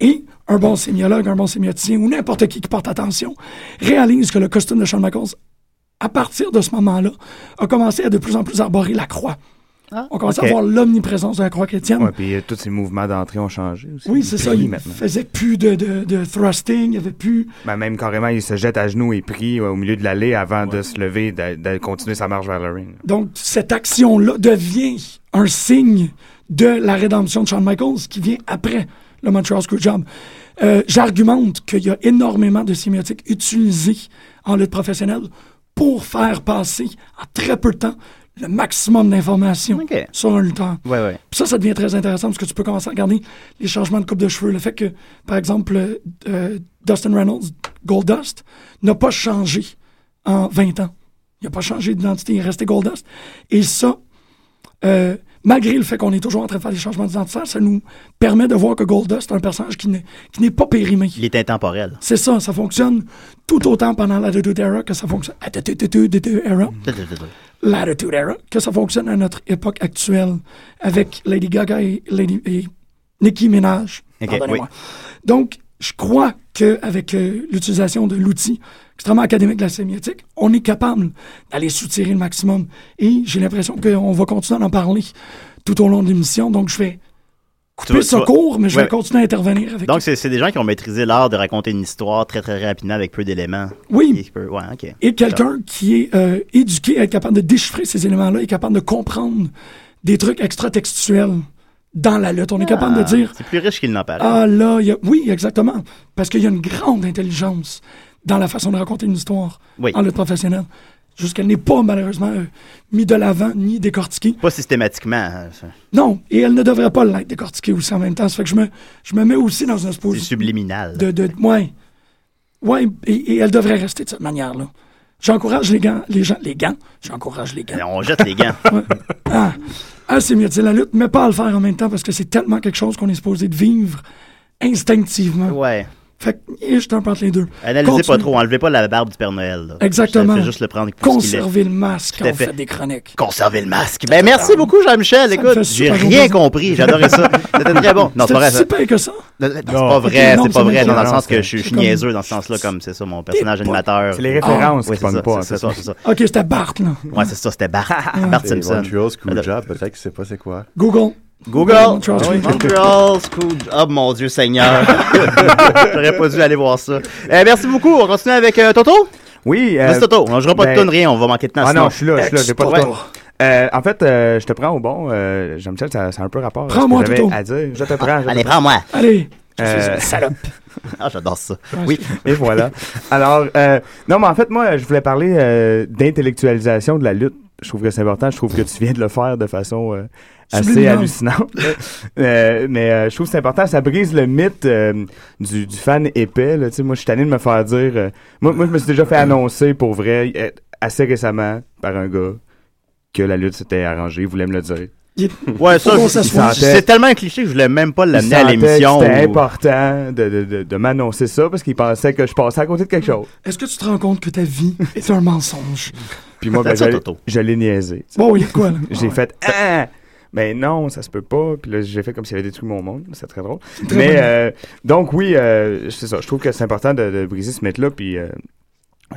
Speaker 12: Et un bon sémiologue, un bon sémioticien ou n'importe qui qui porte attention réalise que le costume de Shawn Michaels, à partir de ce moment-là, a commencé à de plus en plus arborer la croix. On commence
Speaker 8: ok.
Speaker 12: à voir l'omniprésence de la croix chrétienne.
Speaker 8: Ouais, puis euh, tous ces mouvements d'entrée ont changé aussi.
Speaker 12: Hum. Oui,
Speaker 8: Il
Speaker 12: c'est ça.
Speaker 8: prie
Speaker 12: Il
Speaker 8: maintenant.
Speaker 12: faisait plus de, de, de thrusting, il avait plus.
Speaker 8: Ben, même carrément, il se jette à genoux et prie ouais, au milieu de l'allée avant de se lever, et de, de continuer sa marche vers le ring.
Speaker 12: Donc, cette action-là devient un signe de la rédemption de Shawn Michaels qui vient après le Montreal Screwjob. Euh, J'argumente qu'il y a énormément de sémiotiques utilisés en lutte professionnelle pour faire passer en très peu de temps le maximum d'informations sur un lutteur.
Speaker 5: Ouais, ouais.
Speaker 12: Puis ça, ça devient très intéressant parce que tu peux commencer à regarder les changements de coupe de cheveux. Le fait que, par exemple, euh, euh, Dustin Reynolds, Goldust, n'a pas changé en 20 ans. Il n'a pas changé d'identité, il est resté Goldust. Et ça, euh, malgré le fait qu'on est toujours en train de faire des changements d'identité, ça nous permet de voir que Goldust est un personnage qui n'est qui n'est pas périmé.
Speaker 5: Il est intemporel.
Speaker 12: C'est ça, ça fonctionne tout autant pendant la Dude Era que ça fonctionne. la Attitude Era l'attitude era, que ça fonctionne à notre époque actuelle avec Lady Gaga et, Lady, et Nicki Minaj.
Speaker 5: Ok,
Speaker 12: Pardonnez-moi. Donc, je crois qu'avec l'utilisation de l'outil extrêmement académique de la sémiotique, on est capable d'aller soutirer le maximum. Et j'ai l'impression qu'on va continuer à en parler tout au long de l'émission. Donc, je
Speaker 5: Tu
Speaker 12: vais
Speaker 5: vas-
Speaker 12: couper
Speaker 5: tu
Speaker 12: ce
Speaker 5: vas-
Speaker 12: cours, mais je
Speaker 5: Ouais.
Speaker 12: vais continuer à intervenir avec
Speaker 5: Donc, c'est c'est des gens qui ont maîtrisé l'art de raconter une histoire très, très rapidement avec peu d'éléments.
Speaker 12: Oui.
Speaker 5: Et, peu- ouais, ok.
Speaker 12: Et quelqu'un qui est euh, éduqué à être capable de déchiffrer ces éléments-là, est capable de comprendre des trucs extra-textuels dans la lutte. On est capable de
Speaker 5: Ah,
Speaker 12: dire
Speaker 5: C'est plus riche qu'il n'en paraît.
Speaker 12: Ah là, il y a- oui, exactement. Parce qu'il y a une grande intelligence dans la façon de raconter une histoire
Speaker 5: Oui.
Speaker 12: en lutte professionnelle. Jusqu'elle n'est pas, malheureusement, euh, mise de l'avant ni décortiquée.
Speaker 5: Pas systématiquement. hein, ça.
Speaker 12: Non, et elle ne devrait pas l'être décortiquée aussi en même temps. Ça fait que je me, je me mets aussi dans une
Speaker 5: C'est
Speaker 12: position
Speaker 5: subliminal.
Speaker 12: de, de, ouais. Ouais, et, et elle devrait rester de cette manière-là. J'encourage les gants, les gens, les gants, j'encourage les gants.
Speaker 5: On jette les gants.
Speaker 12: Ah, ah c'est mieux de dire la lutte, mais pas à le faire en même temps parce que c'est tellement quelque chose qu'on est supposé de vivre instinctivement.
Speaker 5: Ouais.
Speaker 12: Fait que, eh, je t'en porte les deux.
Speaker 5: Analysez
Speaker 12: Continue.
Speaker 5: pas trop, enlevez pas la barbe du Père Noël. là.
Speaker 12: Exactement.
Speaker 5: Ça fait juste le prendre pour ce qu'il est.
Speaker 12: Conserver le masque
Speaker 5: Tout
Speaker 12: quand
Speaker 5: à
Speaker 12: on
Speaker 5: fait.
Speaker 12: fait des chroniques.
Speaker 5: Conserver le masque. Ben, merci beaucoup, Jean-Michel. Écoute,
Speaker 12: fait
Speaker 5: j'ai
Speaker 12: super
Speaker 5: rien
Speaker 12: plaisir.
Speaker 5: compris. J'adorais ça. C'était très bon. Non, c'est pas vrai.
Speaker 12: C'était
Speaker 5: ça.
Speaker 12: si pire que ça.
Speaker 5: Non, non, C'est pas vrai,
Speaker 12: Ok, non,
Speaker 5: c'est pas
Speaker 12: c'est
Speaker 5: vrai,
Speaker 12: vrai.
Speaker 5: non, dans le
Speaker 12: Non,
Speaker 5: sens que
Speaker 12: c'est-
Speaker 5: je, je suis
Speaker 12: c'est comme-
Speaker 5: niaiseux, dans ce sens-là, comme c'est ça, mon personnage
Speaker 12: Des points.
Speaker 5: animateur.
Speaker 8: C'est les références
Speaker 5: oui,
Speaker 8: qui
Speaker 5: c'est
Speaker 8: pognent
Speaker 5: ça,
Speaker 8: pas,
Speaker 5: C'est
Speaker 8: c'est
Speaker 5: ça, c'est ça.
Speaker 12: Ok, c'était Bart, là.
Speaker 5: Ouais, c'est ça, c'était Bart. Bart
Speaker 7: C'est
Speaker 5: Simpson.
Speaker 7: Montreal Screwjob, peut-être que je sais pas c'est quoi.
Speaker 12: Google.
Speaker 5: Google.
Speaker 12: Montreal
Speaker 5: Ah oui,
Speaker 12: Screwjob.
Speaker 5: Montreal Scrooge. Oh mon Dieu Seigneur. J'aurais pas dû aller voir ça. Eh, merci beaucoup. On continue avec euh, Toto.
Speaker 8: Oui. euh,
Speaker 5: Reste Toto. On ne jouera pas de
Speaker 8: ben-
Speaker 5: tonne, rien. On va manquer de temps.
Speaker 8: Ah
Speaker 5: sinon.
Speaker 8: non, je suis là, je suis là, j'ai pas de
Speaker 5: Ouais.
Speaker 8: temps. Euh, en fait, euh, je te prends au bon, euh, Jean-Michel, ça, ça a un peu rapport à ce
Speaker 12: Prends-moi,
Speaker 8: que j'avais
Speaker 12: Toto.
Speaker 8: à dire. Je te prends. je te
Speaker 5: Allez, prends-moi.
Speaker 12: Allez, je
Speaker 8: Euh,
Speaker 12: suis une salope.
Speaker 5: Ah, j'adore ça. Oui.
Speaker 8: Et voilà. Alors, euh, non, mais en fait, moi, je voulais parler euh, d'intellectualisation de la lutte. Je trouve que c'est important. Je trouve que tu viens de le faire de façon euh, assez
Speaker 12: Subliminal.
Speaker 8: hallucinante. Euh, mais euh, je trouve que c'est important. Ça brise le mythe euh, du, du fan épais. là. Tu sais, Moi, je suis tanné de me faire dire. euh, moi, moi, je me suis déjà fait annoncer pour vrai euh, assez récemment par un gars que la lutte s'était arrangée. Il voulait me le dire.
Speaker 12: il-
Speaker 5: Ouais, ça,
Speaker 12: faut qu'on
Speaker 5: je-
Speaker 12: s'assoie.
Speaker 5: c'est tellement un cliché que je voulais même pas l'amener à l'émission.
Speaker 8: C'était
Speaker 5: ou-
Speaker 8: important de, de- de- de m'annoncer ça parce qu'il pensait que je passais à côté de quelque chose.
Speaker 12: Est-ce que tu te rends compte que ta vie est un mensonge?
Speaker 8: Puis moi, ben,
Speaker 12: That's
Speaker 8: je
Speaker 12: it,
Speaker 8: l'ai-
Speaker 12: Toto.
Speaker 8: je l'ai niaisé.
Speaker 12: Bon, il y a de quoi, là?
Speaker 8: J'ai
Speaker 12: Ah ouais.
Speaker 8: fait Ah! Mais non, ça se peut pas. Puis là, j'ai fait comme s'il avait détruit mon monde. C'est très drôle.
Speaker 12: très
Speaker 8: Mais
Speaker 12: bonne
Speaker 8: euh, donc, oui, euh, c'est ça. Je trouve que c'est important de, de briser ce mythe-là. Puis euh,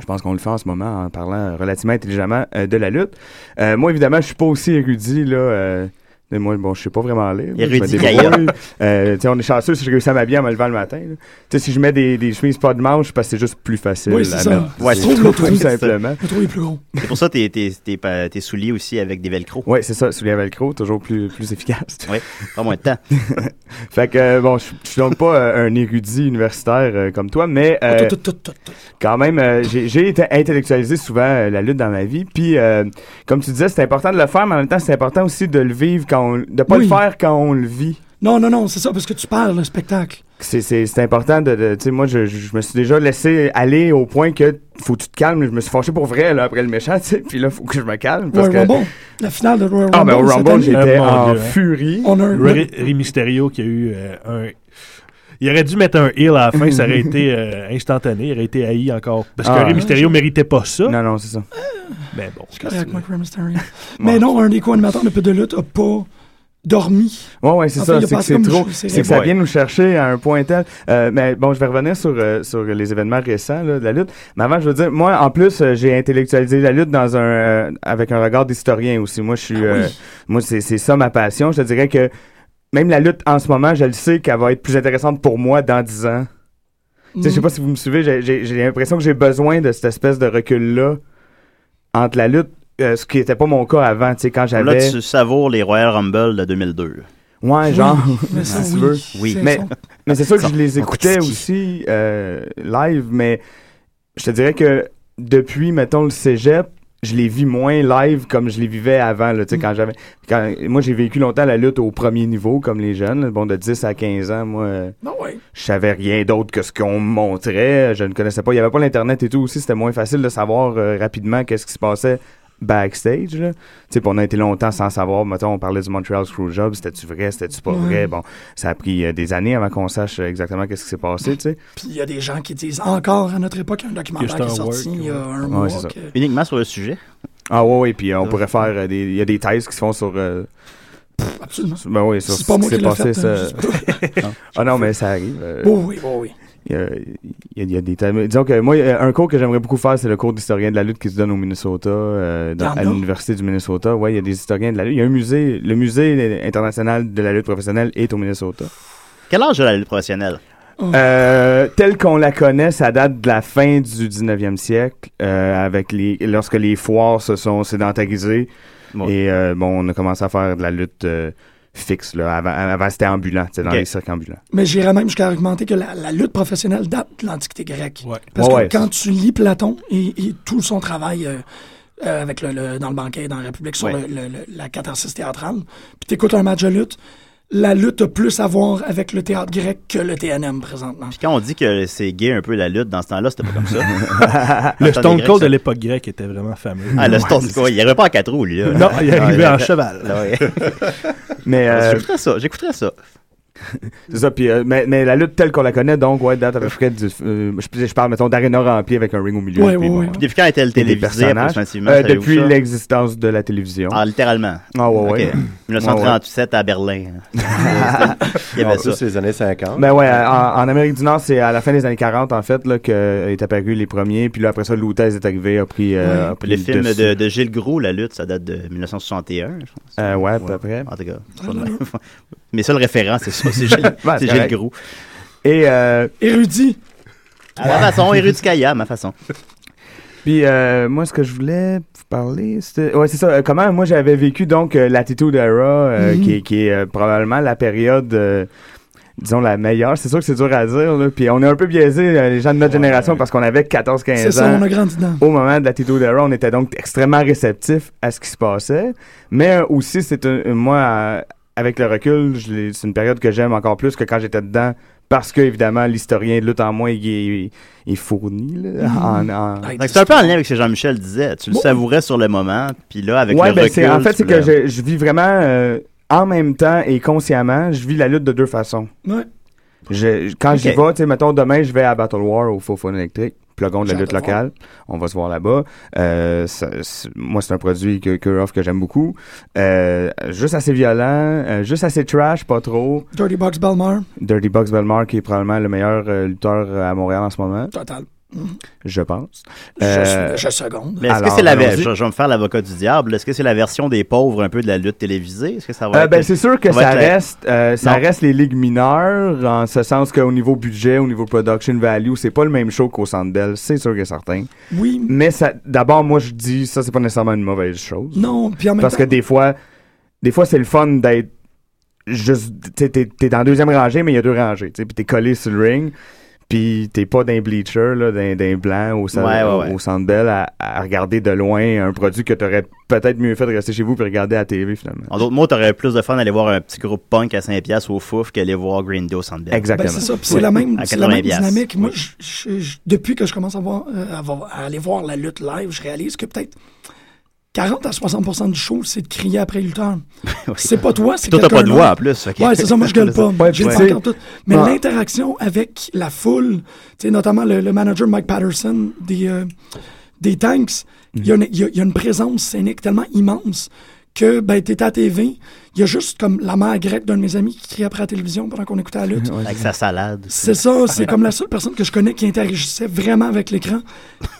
Speaker 8: je pense qu'on le fait en ce moment en parlant relativement intelligemment euh, de la lutte. Euh, moi, évidemment, je suis pas aussi érudit, là. euh, mais moi, bon, je sais pas vraiment lire. là, je me
Speaker 5: Érudit,
Speaker 8: débrouille.
Speaker 5: d'ailleurs.
Speaker 8: Euh, tu sais, on est chanceux si je réussis à m'habiller en me levant le matin. là. Tu sais, si je mets des, des chemises pas de manches, parce que c'est juste plus facile
Speaker 12: Oui, c'est
Speaker 8: à
Speaker 12: ça.
Speaker 8: mettre.
Speaker 5: Ouais,
Speaker 8: C'est
Speaker 5: tu trouves
Speaker 8: tout,
Speaker 5: le trou,
Speaker 8: tout
Speaker 5: c'est ça.
Speaker 8: simplement.
Speaker 12: Le trou est plus gros.
Speaker 5: C'est pour ça que t'es, t'es, t'es, pa- t'es souliers aussi avec des velcro.
Speaker 8: Oui, c'est ça, soulier à velcro, toujours plus, plus efficace.
Speaker 5: Oui, prends moins de temps.
Speaker 8: fait que, euh, bon, je je suis donc pas euh, un érudit universitaire euh, comme toi, mais euh,
Speaker 12: Ah, Tout, tout, tout, tout, tout.
Speaker 8: quand même, euh, j'ai j'ai été intellectualisé souvent euh, la lutte dans ma vie. Puis, euh, comme tu disais, c'est important de le faire, mais en même temps, c'est important aussi de le vivre, quand on, de pas
Speaker 12: Oui.
Speaker 8: le faire quand on le vit.
Speaker 12: Non, non, non, c'est ça, parce que tu parles, le spectacle.
Speaker 8: C'est- C'est c'est important de. de- tu sais, moi, je, je me suis déjà laissé aller au point que faut que tu te calmes. Je me suis fâché pour vrai là, après le méchant, tu sais. Puis là, faut que je me calme. Parce
Speaker 12: Royal
Speaker 8: que...
Speaker 12: Rumble. La finale de Royal Rumble.
Speaker 8: Ah, mais au
Speaker 12: cette
Speaker 8: Rumble,
Speaker 12: année.
Speaker 8: j'étais
Speaker 13: Ah, mon
Speaker 8: en
Speaker 13: Dieu, hein.
Speaker 8: furie.
Speaker 12: On a un-
Speaker 13: Rey Rey Mysterio qui a eu euh, un. Il aurait dû mettre un heal à la fin, ça aurait été euh, instantané, il aurait été haï encore. Parce que
Speaker 8: Ah.
Speaker 13: Rey Mysterio méritait pas ça.
Speaker 8: Non, non, c'est ça.
Speaker 13: Mais bon.
Speaker 12: C'est correct, Mike Rey Mysterio. Mais non, un des co-animateurs de Peu de Lutte a pas dormi.
Speaker 8: Ouais, ouais, c'est
Speaker 12: En
Speaker 8: ça.
Speaker 12: fait, il a
Speaker 8: C'est que
Speaker 12: passé
Speaker 8: c'est
Speaker 12: comme
Speaker 8: trop.
Speaker 12: je-
Speaker 8: C'est
Speaker 12: c'est-
Speaker 8: que ça
Speaker 12: Ouais.
Speaker 8: vient nous chercher à un point tel. Euh, mais bon, je vais revenir sur, euh, sur les événements récents là, de la lutte. Mais avant, je veux dire, moi, en plus, euh, j'ai intellectualisé la lutte dans un euh, avec un regard d'historien aussi. Moi, je
Speaker 12: Ah
Speaker 8: suis. euh, moi, c'est c'est ça ma passion. Je te dirais que même la lutte en ce moment, je le sais qu'elle va être plus intéressante pour moi dans 10 ans. Tu sais, Je sais
Speaker 12: Mm.
Speaker 8: pas si vous me suivez, j'ai- j'ai j'ai l'impression que j'ai besoin de cette espèce de recul-là entre la lutte, euh, ce qui n'était pas mon cas avant, tu sais, quand j'avais...
Speaker 5: Là, tu savoures les Royal Rumble de 2002.
Speaker 8: Ouais,
Speaker 5: Oui,
Speaker 8: genre,
Speaker 5: mais ça,
Speaker 8: si tu
Speaker 5: oui,
Speaker 8: veux.
Speaker 5: Oui.
Speaker 8: Mais,
Speaker 5: c'est-
Speaker 8: mais c'est sûr que
Speaker 5: Son-
Speaker 8: je les
Speaker 5: son
Speaker 8: écoutais
Speaker 5: petit
Speaker 8: aussi euh, live, mais je te dirais que depuis, mettons, le cégep, je les vis moins live comme je les vivais avant. Là, tu sais,
Speaker 5: Mm.
Speaker 8: quand j'avais, quand, moi, j'ai vécu longtemps la lutte au premier niveau, comme les jeunes. là. bon, de 10 à 15 ans, moi, euh, je savais rien d'autre que ce qu'on me montrait. Je ne connaissais pas. Il n'y avait pas l'Internet et tout aussi. C'était moins facile de savoir euh, rapidement qu'est-ce qui se passait backstage. Là. Tu sais, puis on a été longtemps sans savoir. Mettons, on parlait du Montreal Screwjob. C'était-tu vrai? C'était-tu pas
Speaker 12: Ouais.
Speaker 8: vrai? Bon, ça a pris euh, des années avant qu'on sache euh, exactement qu'est-ce qui s'est passé, tu sais.
Speaker 12: Puis il y a des gens qui disent encore à notre époque, il y a un documentaire qui est sorti il y a un mois.
Speaker 8: Ouais, c'est ça.
Speaker 12: que-
Speaker 5: Uniquement sur le sujet.
Speaker 8: Ah ouais, ouais, puis euh, on pourrait faire euh, des... Il y a des thèses qui se font sur... euh,
Speaker 12: Absolument.
Speaker 8: sur- ben oui, sur
Speaker 12: C'est
Speaker 8: ce
Speaker 12: pas
Speaker 8: qui
Speaker 12: moi
Speaker 8: s'est
Speaker 12: qui l'ai
Speaker 8: passé.
Speaker 12: fait,
Speaker 8: ça.
Speaker 12: hein, je sais pas.
Speaker 8: ah non, mais ça arrive. euh,
Speaker 12: Oh oui, oh oui.
Speaker 8: Il y a, il y a- il y a des thèmes. Disons que moi, euh, un cours que j'aimerais beaucoup faire, c'est le cours d'historien de la lutte qui se donne au Minnesota, euh, dans-
Speaker 12: Il y en
Speaker 8: à
Speaker 12: a?
Speaker 8: l'Université du Minnesota. Ouais, il y a des historiens de la lutte. Il y a un musée, le musée international de la lutte professionnelle est au Minnesota.
Speaker 5: Quel âge a la lutte professionnelle?
Speaker 12: Oh.
Speaker 8: Euh, telle qu'on la connaît, ça date de la fin du 19e siècle, euh, avec les, lorsque les foires se sont sédentarisées. Et euh, bon, on a commencé à faire de la lutte euh, fixe. Là. Avant, avant, c'était ambulant, c'était dans
Speaker 12: Ok.
Speaker 8: les cirques ambulants.
Speaker 12: Mais j'irais même jusqu'à argumenter que la, la lutte professionnelle date de l'Antiquité grecque. Parce
Speaker 8: Ouais,
Speaker 12: que
Speaker 8: ouais.
Speaker 12: quand tu lis Platon et, et tout son travail euh, euh, avec le, le- dans le banquet, dans la République, sur
Speaker 5: Ouais.
Speaker 12: le- le- le- la catharsis théâtrale, puis t'écoutes un match de lutte, la lutte a plus à voir avec le théâtre grec que le TNM présentement.
Speaker 5: Puis quand on dit que c'est gay un peu la lutte, dans ce temps-là, c'était pas comme ça.
Speaker 13: Le Stone Cold de
Speaker 5: l'époque.
Speaker 13: l'époque grecque était vraiment fameux.
Speaker 5: Ah, le
Speaker 13: Ouais,
Speaker 5: Stone
Speaker 13: c'est-
Speaker 5: Cold. Il arrivait pas en quatre roues, lui. là.
Speaker 13: Non, il arrivait
Speaker 5: Ah,
Speaker 13: en cheval.
Speaker 5: ouais.
Speaker 8: Mais, euh,
Speaker 5: J'écouterais ça, j'écouterais ça.
Speaker 8: C'est ça, puis, euh, mais, mais la lutte telle qu'on la connaît, donc, ouais, date à peu près du. euh, je, je parle, mettons, d'aréna remplie avec un ring au milieu.
Speaker 5: Ouais,
Speaker 8: puis
Speaker 5: ouais,
Speaker 8: bon,
Speaker 5: ouais.
Speaker 8: hein.
Speaker 5: Puis depuis quand est-elle
Speaker 8: Et des
Speaker 5: télévisée,
Speaker 8: personnages?
Speaker 5: approximativement,
Speaker 8: Euh,
Speaker 5: savez-vous
Speaker 8: Depuis
Speaker 5: ça?
Speaker 8: l'existence de la télévision.
Speaker 5: Ah, littéralement.
Speaker 8: Ah, ouais,
Speaker 5: Ok.
Speaker 8: ouais.
Speaker 5: 1937 à Berlin. Il y avait
Speaker 8: Ah,
Speaker 7: En
Speaker 5: ça.
Speaker 7: plus, les années 50.
Speaker 8: Ben ouais, en, en Amérique du Nord, c'est à la fin des années 40, en fait, là, que euh, est apparu les premiers, puis là, après ça, Lutez est arrivé, a pris. euh, a pris
Speaker 5: Le film
Speaker 8: dessus.
Speaker 5: de, de Gilles Gros, La Lutte, ça date de 1961, je pense.
Speaker 8: Euh, ouais, à peu près.
Speaker 5: En tout cas. c'est pas mal. Mes seuls référents, c'est ça, c'est Gilles,
Speaker 8: Ouais,
Speaker 5: c'est
Speaker 8: correct.
Speaker 5: Gilles Gros.
Speaker 8: Et. euh,
Speaker 12: Érudit.
Speaker 5: À ma façon, Hérut Kaya, à ma façon.
Speaker 8: Puis euh, moi, ce que je voulais vous parler, c'était... Ouais, c'est ça. Euh, comment moi j'avais vécu donc euh, l'attitude era, euh,
Speaker 12: Mhm.
Speaker 8: qui, est- qui est euh, probablement la période, euh, disons, la meilleure. C'est sûr que c'est dur à dire. Là. Puis on est un peu biaisé, euh, les gens de notre génération, parce qu'on avait 14-15 ans.
Speaker 12: C'est ça, on a grandi dedans.
Speaker 8: Au moment de l'attitude era, on était donc extrêmement réceptif à ce qui se passait. Mais euh, aussi, c'est un- euh, moi, euh, avec le recul, je l'ai- c'est une période que j'aime encore plus que quand j'étais dedans. Parce que, évidemment, l'historien de lutte en moi, il est, il est fourni là,
Speaker 12: Mhm.
Speaker 8: en- en,
Speaker 5: Donc, C'est un peu en lien avec ce que Jean-Michel disait. Tu le savourais sur le moment, puis là, avec
Speaker 8: ouais,
Speaker 5: le
Speaker 8: ben,
Speaker 5: recul...
Speaker 8: c'est- en fait,
Speaker 5: tu
Speaker 8: c'est
Speaker 5: le-
Speaker 8: que je, je vis vraiment euh, en même temps et consciemment, je vis la lutte de deux façons.
Speaker 12: Ouais.
Speaker 8: Je- je- quand
Speaker 12: Ok.
Speaker 8: j'y vais, tu sais, mettons, demain, je vais à Battle War au Faux Fun Électrique, plugon de la lutte
Speaker 12: J'adore.
Speaker 8: locale. On va se voir là-bas. Euh, ça- c'est- moi, c'est un produit que, que offre que j'aime beaucoup. Euh, juste assez violent, euh, juste assez trash, pas trop.
Speaker 12: Dirty Box Belmar.
Speaker 8: Dirty Box Belmar, qui est probablement le meilleur euh, lutteur euh, à Montréal en ce moment.
Speaker 12: Total.
Speaker 8: Je pense.
Speaker 5: Je-
Speaker 8: Euh,
Speaker 12: je seconde.
Speaker 5: Mais est-ce que
Speaker 8: alors,
Speaker 5: c'est la
Speaker 8: allons-y.
Speaker 5: version, je, je vais me faire l'avocat du diable, est-ce que c'est la version des pauvres un peu de la lutte télévisée? Est-ce que ça va
Speaker 8: Euh,
Speaker 5: être-
Speaker 8: ben, c'est sûr que
Speaker 5: va
Speaker 8: ça
Speaker 5: être la-
Speaker 8: reste, euh, ça
Speaker 5: Non.
Speaker 8: reste les ligues mineures, en ce sens qu'au niveau budget, au niveau production value, c'est pas le même show qu'au Centre Bell, c'est sûr que certain.
Speaker 12: Oui.
Speaker 8: Mais ça, d'abord, moi, je dis, ça, c'est pas nécessairement une mauvaise chose.
Speaker 12: Non, puis en même
Speaker 8: Parce
Speaker 12: temps-
Speaker 8: que des fois, des fois, c'est le fun d'être juste, t'sais, t'es, t'es dans la deuxième rangée, mais il y a deux rangées, tu sais, puis t'es collé sur le ring, puis t'es pas d'un bleacher, là, d'un, d'un blanc au, centre-
Speaker 5: Ouais, ouais, ouais.
Speaker 8: au Centre Bell à, à regarder de loin un produit que t'aurais peut-être mieux fait de rester chez vous puis regarder à la télé, finalement.
Speaker 12: Ben,
Speaker 5: En d'autres mots, t'aurais plus de fun d'aller voir un petit groupe punk à 5$ au Fouf qu'aller voir Green Day au Sandbell.
Speaker 8: Exactement.
Speaker 12: Ben, c'est ça. Puis c'est la même,
Speaker 5: À
Speaker 12: c'est la même
Speaker 5: 80$.
Speaker 12: dynamique. Moi, je- je- je- depuis que je commence à, voir, euh, à voir- à aller voir la lutte live, je réalise que peut-être 40 à 60 du show, c'est de crier après le lutteur. C'est pas toi, c'est
Speaker 5: Toi, t'as
Speaker 12: quelqu'un
Speaker 5: pas de voix,
Speaker 12: d'autre.
Speaker 5: en plus, fait que-
Speaker 12: Ouais, c'est ça, moi, je gueule pas.
Speaker 5: Ouais,
Speaker 12: J'ai
Speaker 5: ouais.
Speaker 12: le pancarte tout. Mais
Speaker 5: Ouais.
Speaker 12: l'interaction avec la foule, tu sais, notamment le, le manager Mike Patterson des, euh, des Tanks, il y, a une- il y a- il y a une présence scénique tellement immense que ben, t'es à la TV, il y a juste comme la mère grecque d'un de mes amis qui crie après la télévision pendant qu'on écoutait la lutte.
Speaker 5: Avec sa salade.
Speaker 12: C'est ça, c'est comme la seule personne que je connais qui interagissait vraiment avec l'écran.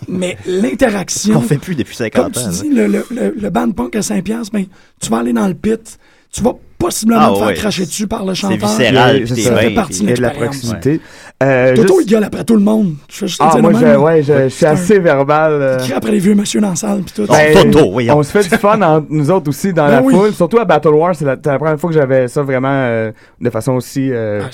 Speaker 12: Mais l'interaction.
Speaker 5: On fait plus depuis 50
Speaker 12: Comme tu
Speaker 5: ans,
Speaker 8: hein.
Speaker 12: dis, le, le, le, le band punk à 5 piastres, ben, tu vas aller dans le pit, tu vas possiblement
Speaker 8: Ah
Speaker 12: te faire
Speaker 8: ouais.
Speaker 12: cracher dessus par le chanteur.
Speaker 8: Oui, c'est
Speaker 12: ça,
Speaker 8: ça.
Speaker 12: fait partie
Speaker 8: Il
Speaker 12: de
Speaker 8: y a de la
Speaker 12: l'expérience.
Speaker 8: proximité. Euh,
Speaker 12: Toto,
Speaker 8: juste-
Speaker 12: il gueule après tout le monde. Je fais juste te
Speaker 8: Ah,
Speaker 12: dire
Speaker 8: moi,
Speaker 12: le
Speaker 8: je,
Speaker 12: même.
Speaker 8: ouais, je, je suis
Speaker 12: C'est un-
Speaker 8: assez verbal. euh.
Speaker 12: Il crie après les vieux monsieur dans la salle. Puis tout.
Speaker 8: Ben, on se fait du fun entre nous autres aussi dans
Speaker 12: Ben
Speaker 8: la
Speaker 12: oui.
Speaker 8: foule. Surtout à Battle War, c'est la, c'est la première fois que j'avais ça vraiment euh, de façon aussi euh,
Speaker 12: Ah,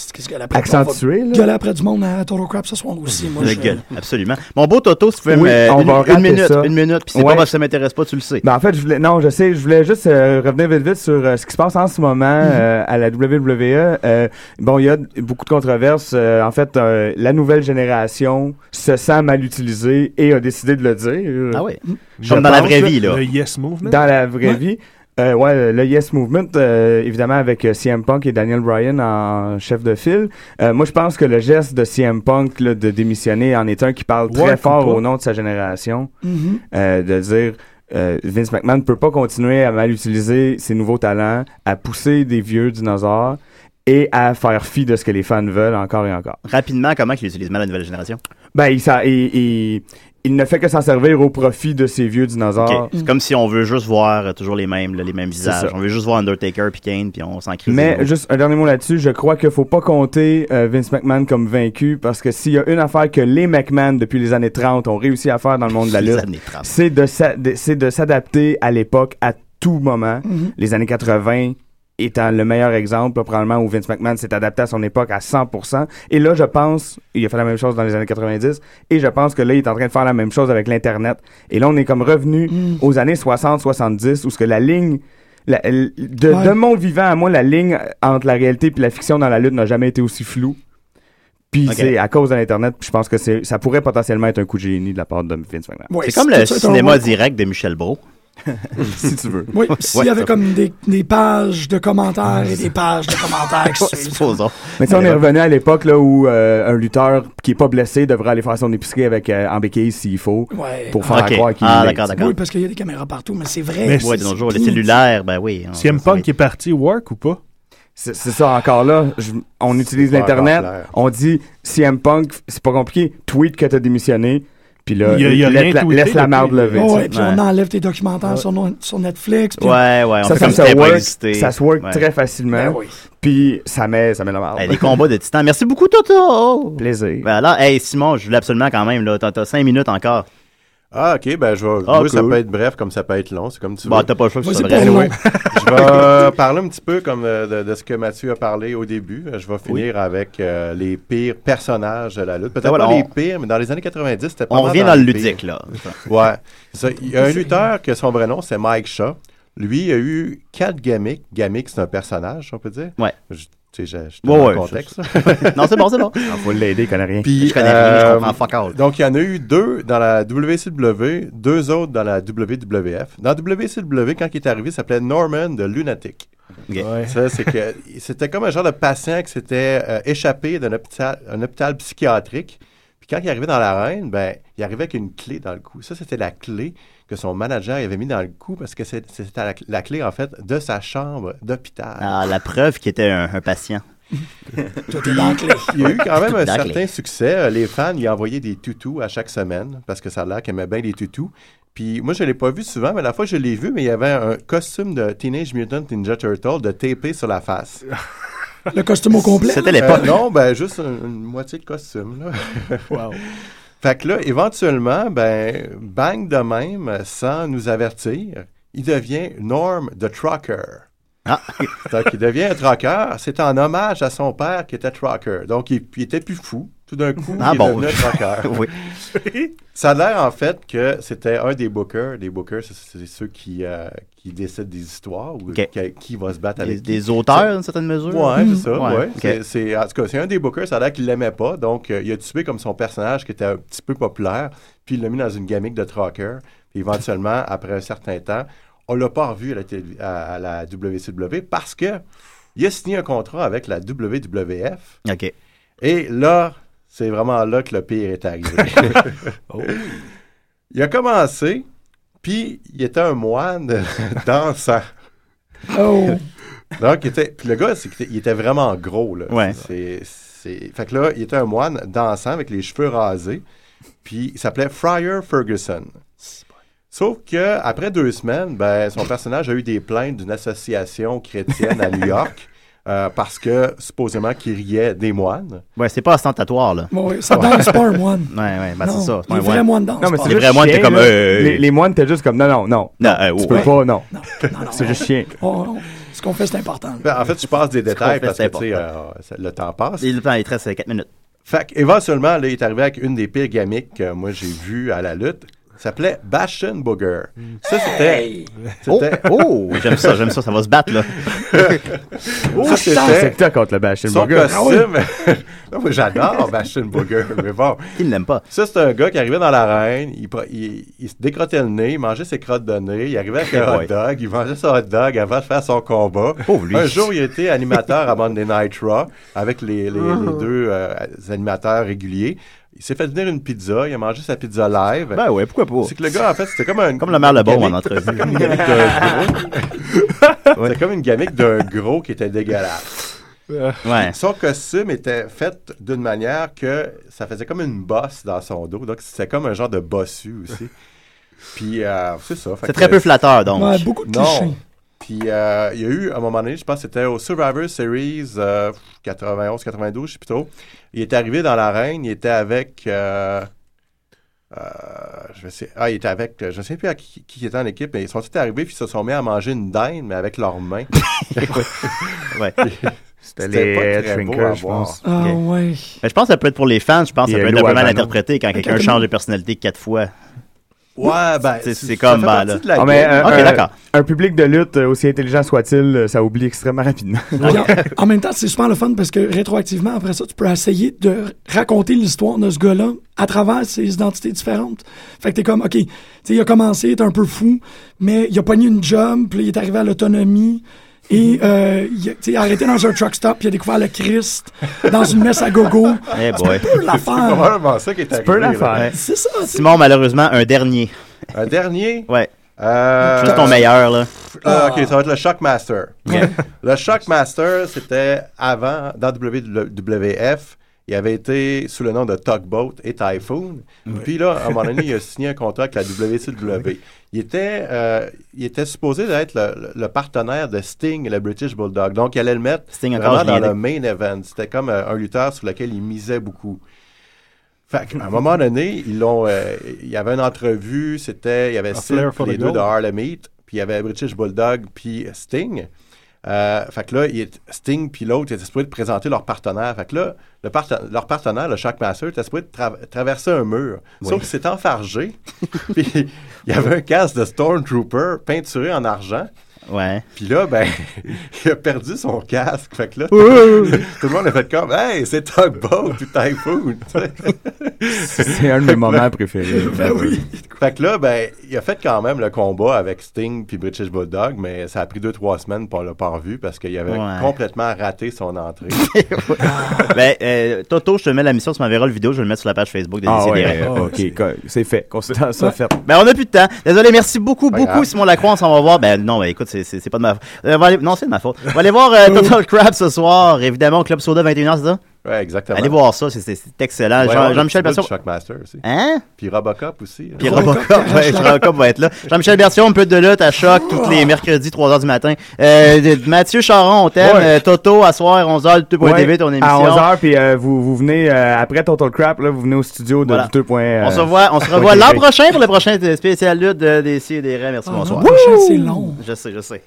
Speaker 8: accentuée. là.
Speaker 12: Gueuler après du monde à Toto Crap ce soir aussi. Moi,
Speaker 5: Je
Speaker 12: je-
Speaker 5: gueule, absolument. Mon beau Toto, si tu pouvais
Speaker 8: Oui,
Speaker 5: me-
Speaker 8: on
Speaker 5: une,
Speaker 8: va
Speaker 5: une
Speaker 8: rater
Speaker 5: minute,
Speaker 8: ça.
Speaker 5: une minute, puis c'est
Speaker 8: Ouais.
Speaker 5: pas parce que ça m'intéresse pas, tu le sais.
Speaker 8: Ben, en fait, je voulais, non, je sais, je voulais juste euh, revenir vite vite sur euh, ce qui se passe en ce moment
Speaker 12: Mm-hmm.
Speaker 8: euh, à la WWE. Euh, bon, il y a d- beaucoup de controverses. Euh, en fait, euh, la nouvelle génération se sent mal utilisée et a décidé de le dire.
Speaker 5: Ah oui.
Speaker 8: Je
Speaker 5: Comme dans la
Speaker 8: pense,
Speaker 5: vraie vie, là.
Speaker 13: Le Yes Movement.
Speaker 8: Dans la vraie
Speaker 13: Ouais.
Speaker 8: vie. Euh, ouais, le Yes Movement, euh, évidemment avec euh, CM Punk et Daniel Bryan en chef de file. Euh, moi, je pense que le geste de CM Punk là, de démissionner en est un qui parle
Speaker 13: Ouais,
Speaker 8: très fort
Speaker 13: ou pas.
Speaker 8: au nom de sa génération.
Speaker 13: Mhm.
Speaker 8: Euh, de dire euh, Vince McMahon ne peut pas continuer à mal utiliser ses nouveaux talents, à pousser des vieux dinosaures et à faire fi de ce que les fans veulent encore et encore.
Speaker 5: Rapidement, comment qu'il utilise mal la nouvelle génération?
Speaker 8: Ben, il, s'en- il- il- il ne fait que s'en servir au profit de ces vieux dinosaures.
Speaker 5: Ok. C'est comme si on veut juste voir euh, toujours les mêmes, là, les mêmes visages.
Speaker 8: Ah. Mm. ça.
Speaker 5: On veut juste voir Undertaker puis Kane, puis on s'en crie.
Speaker 8: Mais
Speaker 5: c'est
Speaker 8: juste un dernier mot là-dessus, je crois qu'il faut pas compter euh, Vince McMahon comme vaincu parce que s'il y a une affaire que les McMahon depuis les années 30 ont réussi à faire dans le monde de la
Speaker 5: Les
Speaker 8: lutte,
Speaker 5: années 30.
Speaker 8: c'est de s'a- de- c'est de s'adapter à l'époque à tout moment.
Speaker 5: Mhm.
Speaker 8: Les années 80 étant le meilleur exemple, probablement, où Vince McMahon s'est adapté à son époque à 100%. Et là, je pense, il a fait la même chose dans les années 90, et je pense que là, il est en train de faire la même chose avec l'Internet. Et là, on est comme revenu aux années 60-70, où ce que la ligne... la- l- de,
Speaker 13: Ouais.
Speaker 8: de mon vivant à moi, la ligne entre la réalité et la fiction dans la lutte n'a jamais été aussi floue. Puis
Speaker 5: Ok.
Speaker 8: c'est à cause de l'Internet, puis je pense que c'est- ça pourrait potentiellement être un coup de génie de la part de Vince McMahon.
Speaker 12: Ouais,
Speaker 5: c'est comme
Speaker 12: c'est-
Speaker 5: le
Speaker 12: c'est un
Speaker 5: cinéma
Speaker 12: rôle.
Speaker 5: direct de Michel Brault.
Speaker 8: si tu veux.
Speaker 12: Oui, s'il y avait comme des, des pages de commentaires et des pages de commentaires qui suivent.
Speaker 8: Mais tu sais, on est revenu à l'époque là, où euh, un lutteur qui est pas blessé devrait aller faire son épicerie avec euh, en béquille s'il faut
Speaker 12: Ouais.
Speaker 8: pour faire
Speaker 5: Ok.
Speaker 8: croire qu'il
Speaker 5: Ah,
Speaker 8: l'est,
Speaker 5: d'accord,
Speaker 8: tu sais.
Speaker 5: d'accord.
Speaker 12: Oui, parce qu'il y a des caméras partout, mais c'est vrai.
Speaker 8: Mais
Speaker 5: Ouais, de
Speaker 8: c'est-
Speaker 5: nos jours, les
Speaker 8: c'est-
Speaker 5: cellulaires, ben oui. on-
Speaker 8: CM Punk est parti work ou pas? C'est c'est ça encore là. Je- on utilise
Speaker 5: pas
Speaker 8: l'Internet.
Speaker 5: encore clair.
Speaker 8: On dit CM Punk, c'est pas compliqué. Tweet que t'as démissionné. Puis là,
Speaker 13: Il y a- il y a
Speaker 8: laisse,
Speaker 13: rien
Speaker 8: la,
Speaker 13: tweeté
Speaker 8: laisse la
Speaker 13: depuis.
Speaker 8: marde lever.
Speaker 12: Oh,
Speaker 8: tu sais.
Speaker 12: ouais, puis on enlève tes documentaires sur, no- sur Netflix. puis
Speaker 5: Ouais, ouais, on
Speaker 8: ça,
Speaker 5: fait
Speaker 8: ça,
Speaker 5: comme si
Speaker 8: ça
Speaker 5: t'avais pas
Speaker 8: work,
Speaker 5: existé.
Speaker 8: ça se work
Speaker 5: Ouais.
Speaker 8: très facilement.
Speaker 5: Ben oui.
Speaker 8: Puis ça met, ça met la marde.
Speaker 5: Hey, les Ben. combats de titans. Merci beaucoup, Toto!
Speaker 8: Plaisir.
Speaker 5: Voilà. Hey, Simon, je voulais absolument quand même, là. T'as t'as cinq minutes encore.
Speaker 7: Ah, ok, ben je vais.
Speaker 5: Ah,
Speaker 7: moi, ça
Speaker 5: cool.
Speaker 7: peut être bref comme ça peut être long, c'est comme tu
Speaker 5: Bah,
Speaker 7: veux.
Speaker 5: t'as pas le choix que ce Vas-y, soit bref. parle-nous.
Speaker 7: Anyway, je vais parler un petit peu comme euh, de, de ce que Mathieu a parlé au début. Je vais finir avec euh, les pires personnages de la lutte. Peut-être
Speaker 5: Ah, voilà,
Speaker 7: pas les
Speaker 5: on-
Speaker 7: pires, mais dans les années 90, c'était pas
Speaker 5: On
Speaker 7: mal
Speaker 5: revient dans le ludique, là.
Speaker 7: Ouais. C'est ça. Il y a un lutteur que son vrai nom, c'est Mike Shaw. Lui, il a eu quatre gimmicks. Gimmick, c'est un personnage, on peut dire.
Speaker 5: Ouais.
Speaker 7: Je, tu sais, je, je te
Speaker 5: Ouais,
Speaker 7: mets en
Speaker 5: ouais,
Speaker 7: contexte.
Speaker 5: je- Non, c'est bon, c'est bon. Ah,
Speaker 8: faut l'aider, il connaît rien.
Speaker 7: Puis,
Speaker 5: Je connais rien, je
Speaker 7: euh,
Speaker 5: comprends fuck all.
Speaker 7: Donc, il y en a eu deux dans la WCW, deux autres dans la WWF. Dans WCW, quand il est arrivé, il s'appelait Norman de Lunatic. Ouais. Ça, c'est que c'était comme un genre de patient qui s'était euh, échappé d'un hôpital, un hôpital psychiatrique. Puis quand il arrivait dans l'arène, ben, il arrivait avec une clé dans le cou. Ça, c'était la clé que son manager il avait mis dans le cou parce que c'est- c'était la, la clé, en fait, de sa chambre d'hôpital.
Speaker 5: Ah, la preuve qu'il était un, un patient.
Speaker 7: Puis, Il y a eu quand même un
Speaker 5: Dans la
Speaker 7: certain
Speaker 5: clé.
Speaker 7: succès. Euh, Les fans lui envoyaient des toutous à chaque semaine parce que ça a l'air qu'il aimait bien les toutous. Puis moi, je l'ai pas vu souvent, mais la fois que je l'ai vu, mais il y avait un costume de Teenage Mutant Ninja Turtle de TP sur la face.
Speaker 12: Le costume au complet.
Speaker 7: Euh,
Speaker 12: l'époque.
Speaker 7: non, ben juste une, une moitié de costume. Là. Fait que là, éventuellement, ben, bang de même, euh, sans nous avertir, il devient Norm the Trucker.
Speaker 5: Ah.
Speaker 7: Donc, il devient un trucker. C'est en hommage à son père qui était trucker. Donc, il, il était plus fou. Tout d'un coup,
Speaker 5: Ah
Speaker 7: il
Speaker 5: bon.
Speaker 7: est devenu un trucker.
Speaker 5: Oui.
Speaker 7: Ça a l'air, en fait, que c'était un des bookers. Les bookers, c'est- c'est ceux qui, euh, qui décident des histoires ou
Speaker 5: Ok.
Speaker 7: qui, qui va se battre
Speaker 5: Des-
Speaker 7: avec
Speaker 5: des
Speaker 7: qui.
Speaker 5: auteurs,
Speaker 7: Ça-
Speaker 5: d'une certaine mesure.
Speaker 7: Ouais,
Speaker 5: Mhm.
Speaker 7: c'est ça.
Speaker 5: Ouais.
Speaker 7: ouais.
Speaker 5: Ok.
Speaker 7: C'est- c'est- en tout cas, c'est un des bookers, ça a l'air qu'il l'aimait pas. Donc, euh, il a tué comme son personnage qui était un petit peu populaire, puis il l'a mis dans une gamique de trucker. Puis éventuellement, après un certain temps, on l'a pas revu à la, télé- à- à la WCW parce que il a signé un contrat avec la WWF.
Speaker 5: OK.
Speaker 7: Et là, c'est vraiment là que le pire est arrivé.
Speaker 5: Oh.
Speaker 7: Il a commencé, puis il était un moine dansant.
Speaker 12: Oh.
Speaker 7: Donc, il était, puis le gars, c'est qu'il était- il était vraiment gros. Là.
Speaker 5: Ouais.
Speaker 7: C'est- c'est- fait que là, il était un moine dansant avec les cheveux rasés. Puis il s'appelait Friar Ferguson. Sauf que après deux semaines, ben, son personnage a eu des plaintes d'une association chrétienne à New York euh, parce que supposément qu'il riait des moines.
Speaker 5: Ouais, c'est pas ostentatoire, là.
Speaker 12: Bon, oui, ça danse pas un moine.
Speaker 5: Ouais, ouais, ben c'est
Speaker 12: Non,
Speaker 5: ça.
Speaker 12: les vrais moines dansent
Speaker 5: Non,
Speaker 12: pas.
Speaker 5: mais c'est
Speaker 12: Les
Speaker 5: les
Speaker 12: vrais
Speaker 5: vrais moines, t'es
Speaker 8: chien,
Speaker 5: comme.
Speaker 8: là,
Speaker 5: euh,
Speaker 8: les, les moines, t'es juste comme non, non, non.
Speaker 5: Non, euh,
Speaker 8: tu
Speaker 5: oh,
Speaker 8: peux
Speaker 5: ouais.
Speaker 8: pas, non.
Speaker 12: non,
Speaker 8: c'est juste chien.
Speaker 12: On- on- ce qu'on fait, c'est important.
Speaker 7: Ben, en fait, je passe des détails
Speaker 5: qu'on fait, c'est
Speaker 7: parce que tu sais, euh, ça- le temps passe.
Speaker 5: Le temps, il te reste 4 minutes.
Speaker 7: Fait qu'éventuellement, là, il est arrivé avec une des pires gamiques que moi j'ai vues à la lutte. Ça s'appelait Bastion Booger. Ça, c'était.
Speaker 5: Oh,
Speaker 7: c'était-
Speaker 5: oh, j'aime ça, j'aime ça, ça va se battre, là.
Speaker 7: Ça, c'était-
Speaker 8: C'est que t'as Ah, contre le oh, Bastion
Speaker 7: Son
Speaker 8: Burger.
Speaker 7: costume. Non, moi, j'adore Bastion Burger, mais bon.
Speaker 5: Il l'aime pas.
Speaker 7: Ça, c'est un gars qui arrivait dans l'arène, il, pre- il, il se décrottait le nez, il mangeait ses crottes de nez, il arrivait avec
Speaker 5: Eh
Speaker 7: un hot
Speaker 5: boy.
Speaker 7: dog, il mangeait son hot dog avant de faire son combat.
Speaker 5: Pauvre lui.
Speaker 7: Un jour, il était animateur à Monday Night Raw avec les, les- les
Speaker 5: Mm-hmm.
Speaker 7: deux euh, animateurs réguliers. Il s'est fait venir une pizza, il a mangé sa pizza live.
Speaker 5: Ben ouais, pourquoi pas?
Speaker 7: C'est que le gars, en fait, c'était comme un.
Speaker 5: Comme le maire Lebon en
Speaker 7: gamique-
Speaker 5: entrevue.
Speaker 7: C'était comme une gamique d'un gros. C'était comme une gamique d'un gros qui était dégueulasse.
Speaker 5: Ouais.
Speaker 7: Son costume était fait d'une manière que ça faisait comme une bosse dans son dos. Donc, c'était comme un genre de bossu aussi. Puis, euh, c'est ça.
Speaker 5: C'est
Speaker 7: fait que-
Speaker 5: très peu flatteur, donc.
Speaker 12: Ouais, beaucoup de clichés.
Speaker 7: Non. Puis, euh, il y a eu, à un moment donné, je pense que c'était au Survivor Series euh, 91-92, je sais plus trop. Il est arrivé dans l'arène, il était avec... euh, euh, je sais, ah, il était avec, euh, je sais plus à qui, qui était en équipe, mais ils sont tous arrivés puis ils se sont mis à manger une dinde, mais avec leurs mains.
Speaker 5: Ouais.
Speaker 7: C'était
Speaker 8: les
Speaker 7: pas très beau à
Speaker 8: Trinkers, je
Speaker 7: voir.
Speaker 8: pense.
Speaker 12: Ah,
Speaker 5: Ok.
Speaker 12: ouais.
Speaker 5: Mais je pense que ça peut être pour les fans, je pense que ça
Speaker 8: Et
Speaker 5: peut être
Speaker 8: Lou
Speaker 5: un peu mal
Speaker 8: Albano.
Speaker 5: interprété quand quelqu'un change de personnalité quatre fois.
Speaker 7: Ouais, ben,
Speaker 5: C'est- c'est comme,
Speaker 7: ça fait
Speaker 5: ben,
Speaker 7: partie de la
Speaker 8: Ah, mais,
Speaker 7: game.
Speaker 8: euh,
Speaker 5: Ok,
Speaker 8: euh,
Speaker 5: d'accord.
Speaker 8: Un public de lutte, euh, aussi intelligent soit-il, euh, ça oublie extrêmement rapidement.
Speaker 12: Puis en, en même temps, c'est super le fun parce que rétroactivement, après ça, tu peux essayer de raconter l'histoire de ce gars-là à travers ses identités différentes. Fait que t'es comme, OK, tu sais, il a commencé, il était un peu fou, mais il a pogné une job, puis là, il est arrivé à l'autonomie. Et
Speaker 5: Mhm.
Speaker 12: euh, il, a- tu sais, il a arrêté dans un truck stop, puis il a découvert le Christ dans une messe à gogo.
Speaker 5: Eh boy.
Speaker 12: C'est
Speaker 7: Ah, C'est
Speaker 12: l'affaire.
Speaker 7: probablement ça qui est arrivé.
Speaker 8: peux la
Speaker 7: là.
Speaker 8: faire.
Speaker 12: C'est ça. c'est-
Speaker 5: Simon, malheureusement, un dernier.
Speaker 7: Un dernier.
Speaker 5: Ouais.
Speaker 7: Euh,
Speaker 5: Juste ton meilleur, là.
Speaker 7: Ah, ok, ça va être le Shockmaster.
Speaker 5: Ouais.
Speaker 7: Le Shockmaster, c'était avant, dans WWF, il avait été sous le nom de Tugboat et Typhoon. Puis là, à un moment donné, il a signé un contrat avec la WCW. Il était, euh, il était supposé d'être le, le partenaire de Sting et le British Bulldog. Donc, il allait le mettre
Speaker 5: Sting encore, je
Speaker 7: vraiment
Speaker 5: l'ai
Speaker 7: dans le
Speaker 5: aidé.
Speaker 7: main event. C'était comme euh, un lutteur sur lequel il misait beaucoup. Fait qu'à un moment donné, ils l'ont, euh, il y avait une entrevue, c'était, il y avait Sid,
Speaker 13: flair
Speaker 7: puis
Speaker 13: for the
Speaker 7: les deux
Speaker 13: gold.
Speaker 7: de Harlem Heat, puis il y avait British Bulldog, puis Sting. Euh, fait que là, il est- Sting puis l'autre étaient supposés de présenter leur partenaire. Fait que là, le parten- leur partenaire, le Shockmaster, était supposé de tra- traverser un mur. Sauf qu'il s'est enfargé, puis il y avait un casque de Stormtrooper peinturé en argent.
Speaker 5: Ouais.
Speaker 7: Puis là, ben, il a perdu son casque. Fait que là, tout
Speaker 5: Ouh!
Speaker 7: le monde a fait comme Hey, c'est Tugboat ou Typhoon. tu sais.
Speaker 8: C'est un
Speaker 7: Fait
Speaker 8: de mes
Speaker 7: que là-
Speaker 8: moments préférés.
Speaker 7: Ben oui. Fait que là, ben, il a fait quand même le combat avec Sting puis British Bulldog, mais ça a pris deux, trois semaines pour le pas revu parce qu'il avait
Speaker 5: Ouais.
Speaker 7: complètement raté son entrée.
Speaker 5: ben, euh, Toto, je te mets la mission, tu m'enverras le vidéo, je vais le mettre sur la page Facebook de
Speaker 8: Ah
Speaker 5: DCDR.
Speaker 8: ouais, euh, ok, co- c'est fait. Considère ça
Speaker 5: Ouais.
Speaker 8: fait.
Speaker 5: Ben, on a plus de temps. Désolé, merci beaucoup,
Speaker 8: Pas
Speaker 5: beaucoup,
Speaker 8: grave.
Speaker 5: Simon Lacroix. On s'en va voir. Ben, non, ben, écoute, c'est- c'est c'est pas de ma faute. Euh, on va aller- Non, c'est de ma faute. On va aller voir euh, Total Crab ce soir, évidemment, au Club Soda 21h, c'est ça?
Speaker 7: Ouais, exactement.
Speaker 5: Allez voir ça, c'est- c'est c'est excellent.
Speaker 7: Ouais,
Speaker 5: Jean-
Speaker 7: ouais,
Speaker 5: Jean-Michel
Speaker 7: le petit
Speaker 5: Bertrand.
Speaker 7: bout de Shockmaster aussi.
Speaker 5: Hein?
Speaker 7: Puis Robocop aussi. hein.
Speaker 5: Puis Robocop, ouais, Robocop va être là. Jean-Michel Berthiaume, un peu de lutte à choc, tous
Speaker 8: Ah.
Speaker 5: les mercredis, 3h du matin. Euh, de- de- Mathieu Charon, on t'aime.
Speaker 8: Ouais.
Speaker 5: Euh, Toto, à soir, 11h,
Speaker 8: Ouais,
Speaker 5: 2.tv, ton émission.
Speaker 8: À 11h, puis euh, vous, vous venez, euh, après Total Crap, là, vous venez au studio de euh,
Speaker 5: Voilà.
Speaker 8: 2.
Speaker 5: on se revoit, on se revoit l'an prochain pour le prochain spécial lutte de- des CDR. Merci,
Speaker 12: Ah,
Speaker 5: bonsoir.
Speaker 12: l'an prochain, c'est long.
Speaker 5: Je sais, je sais.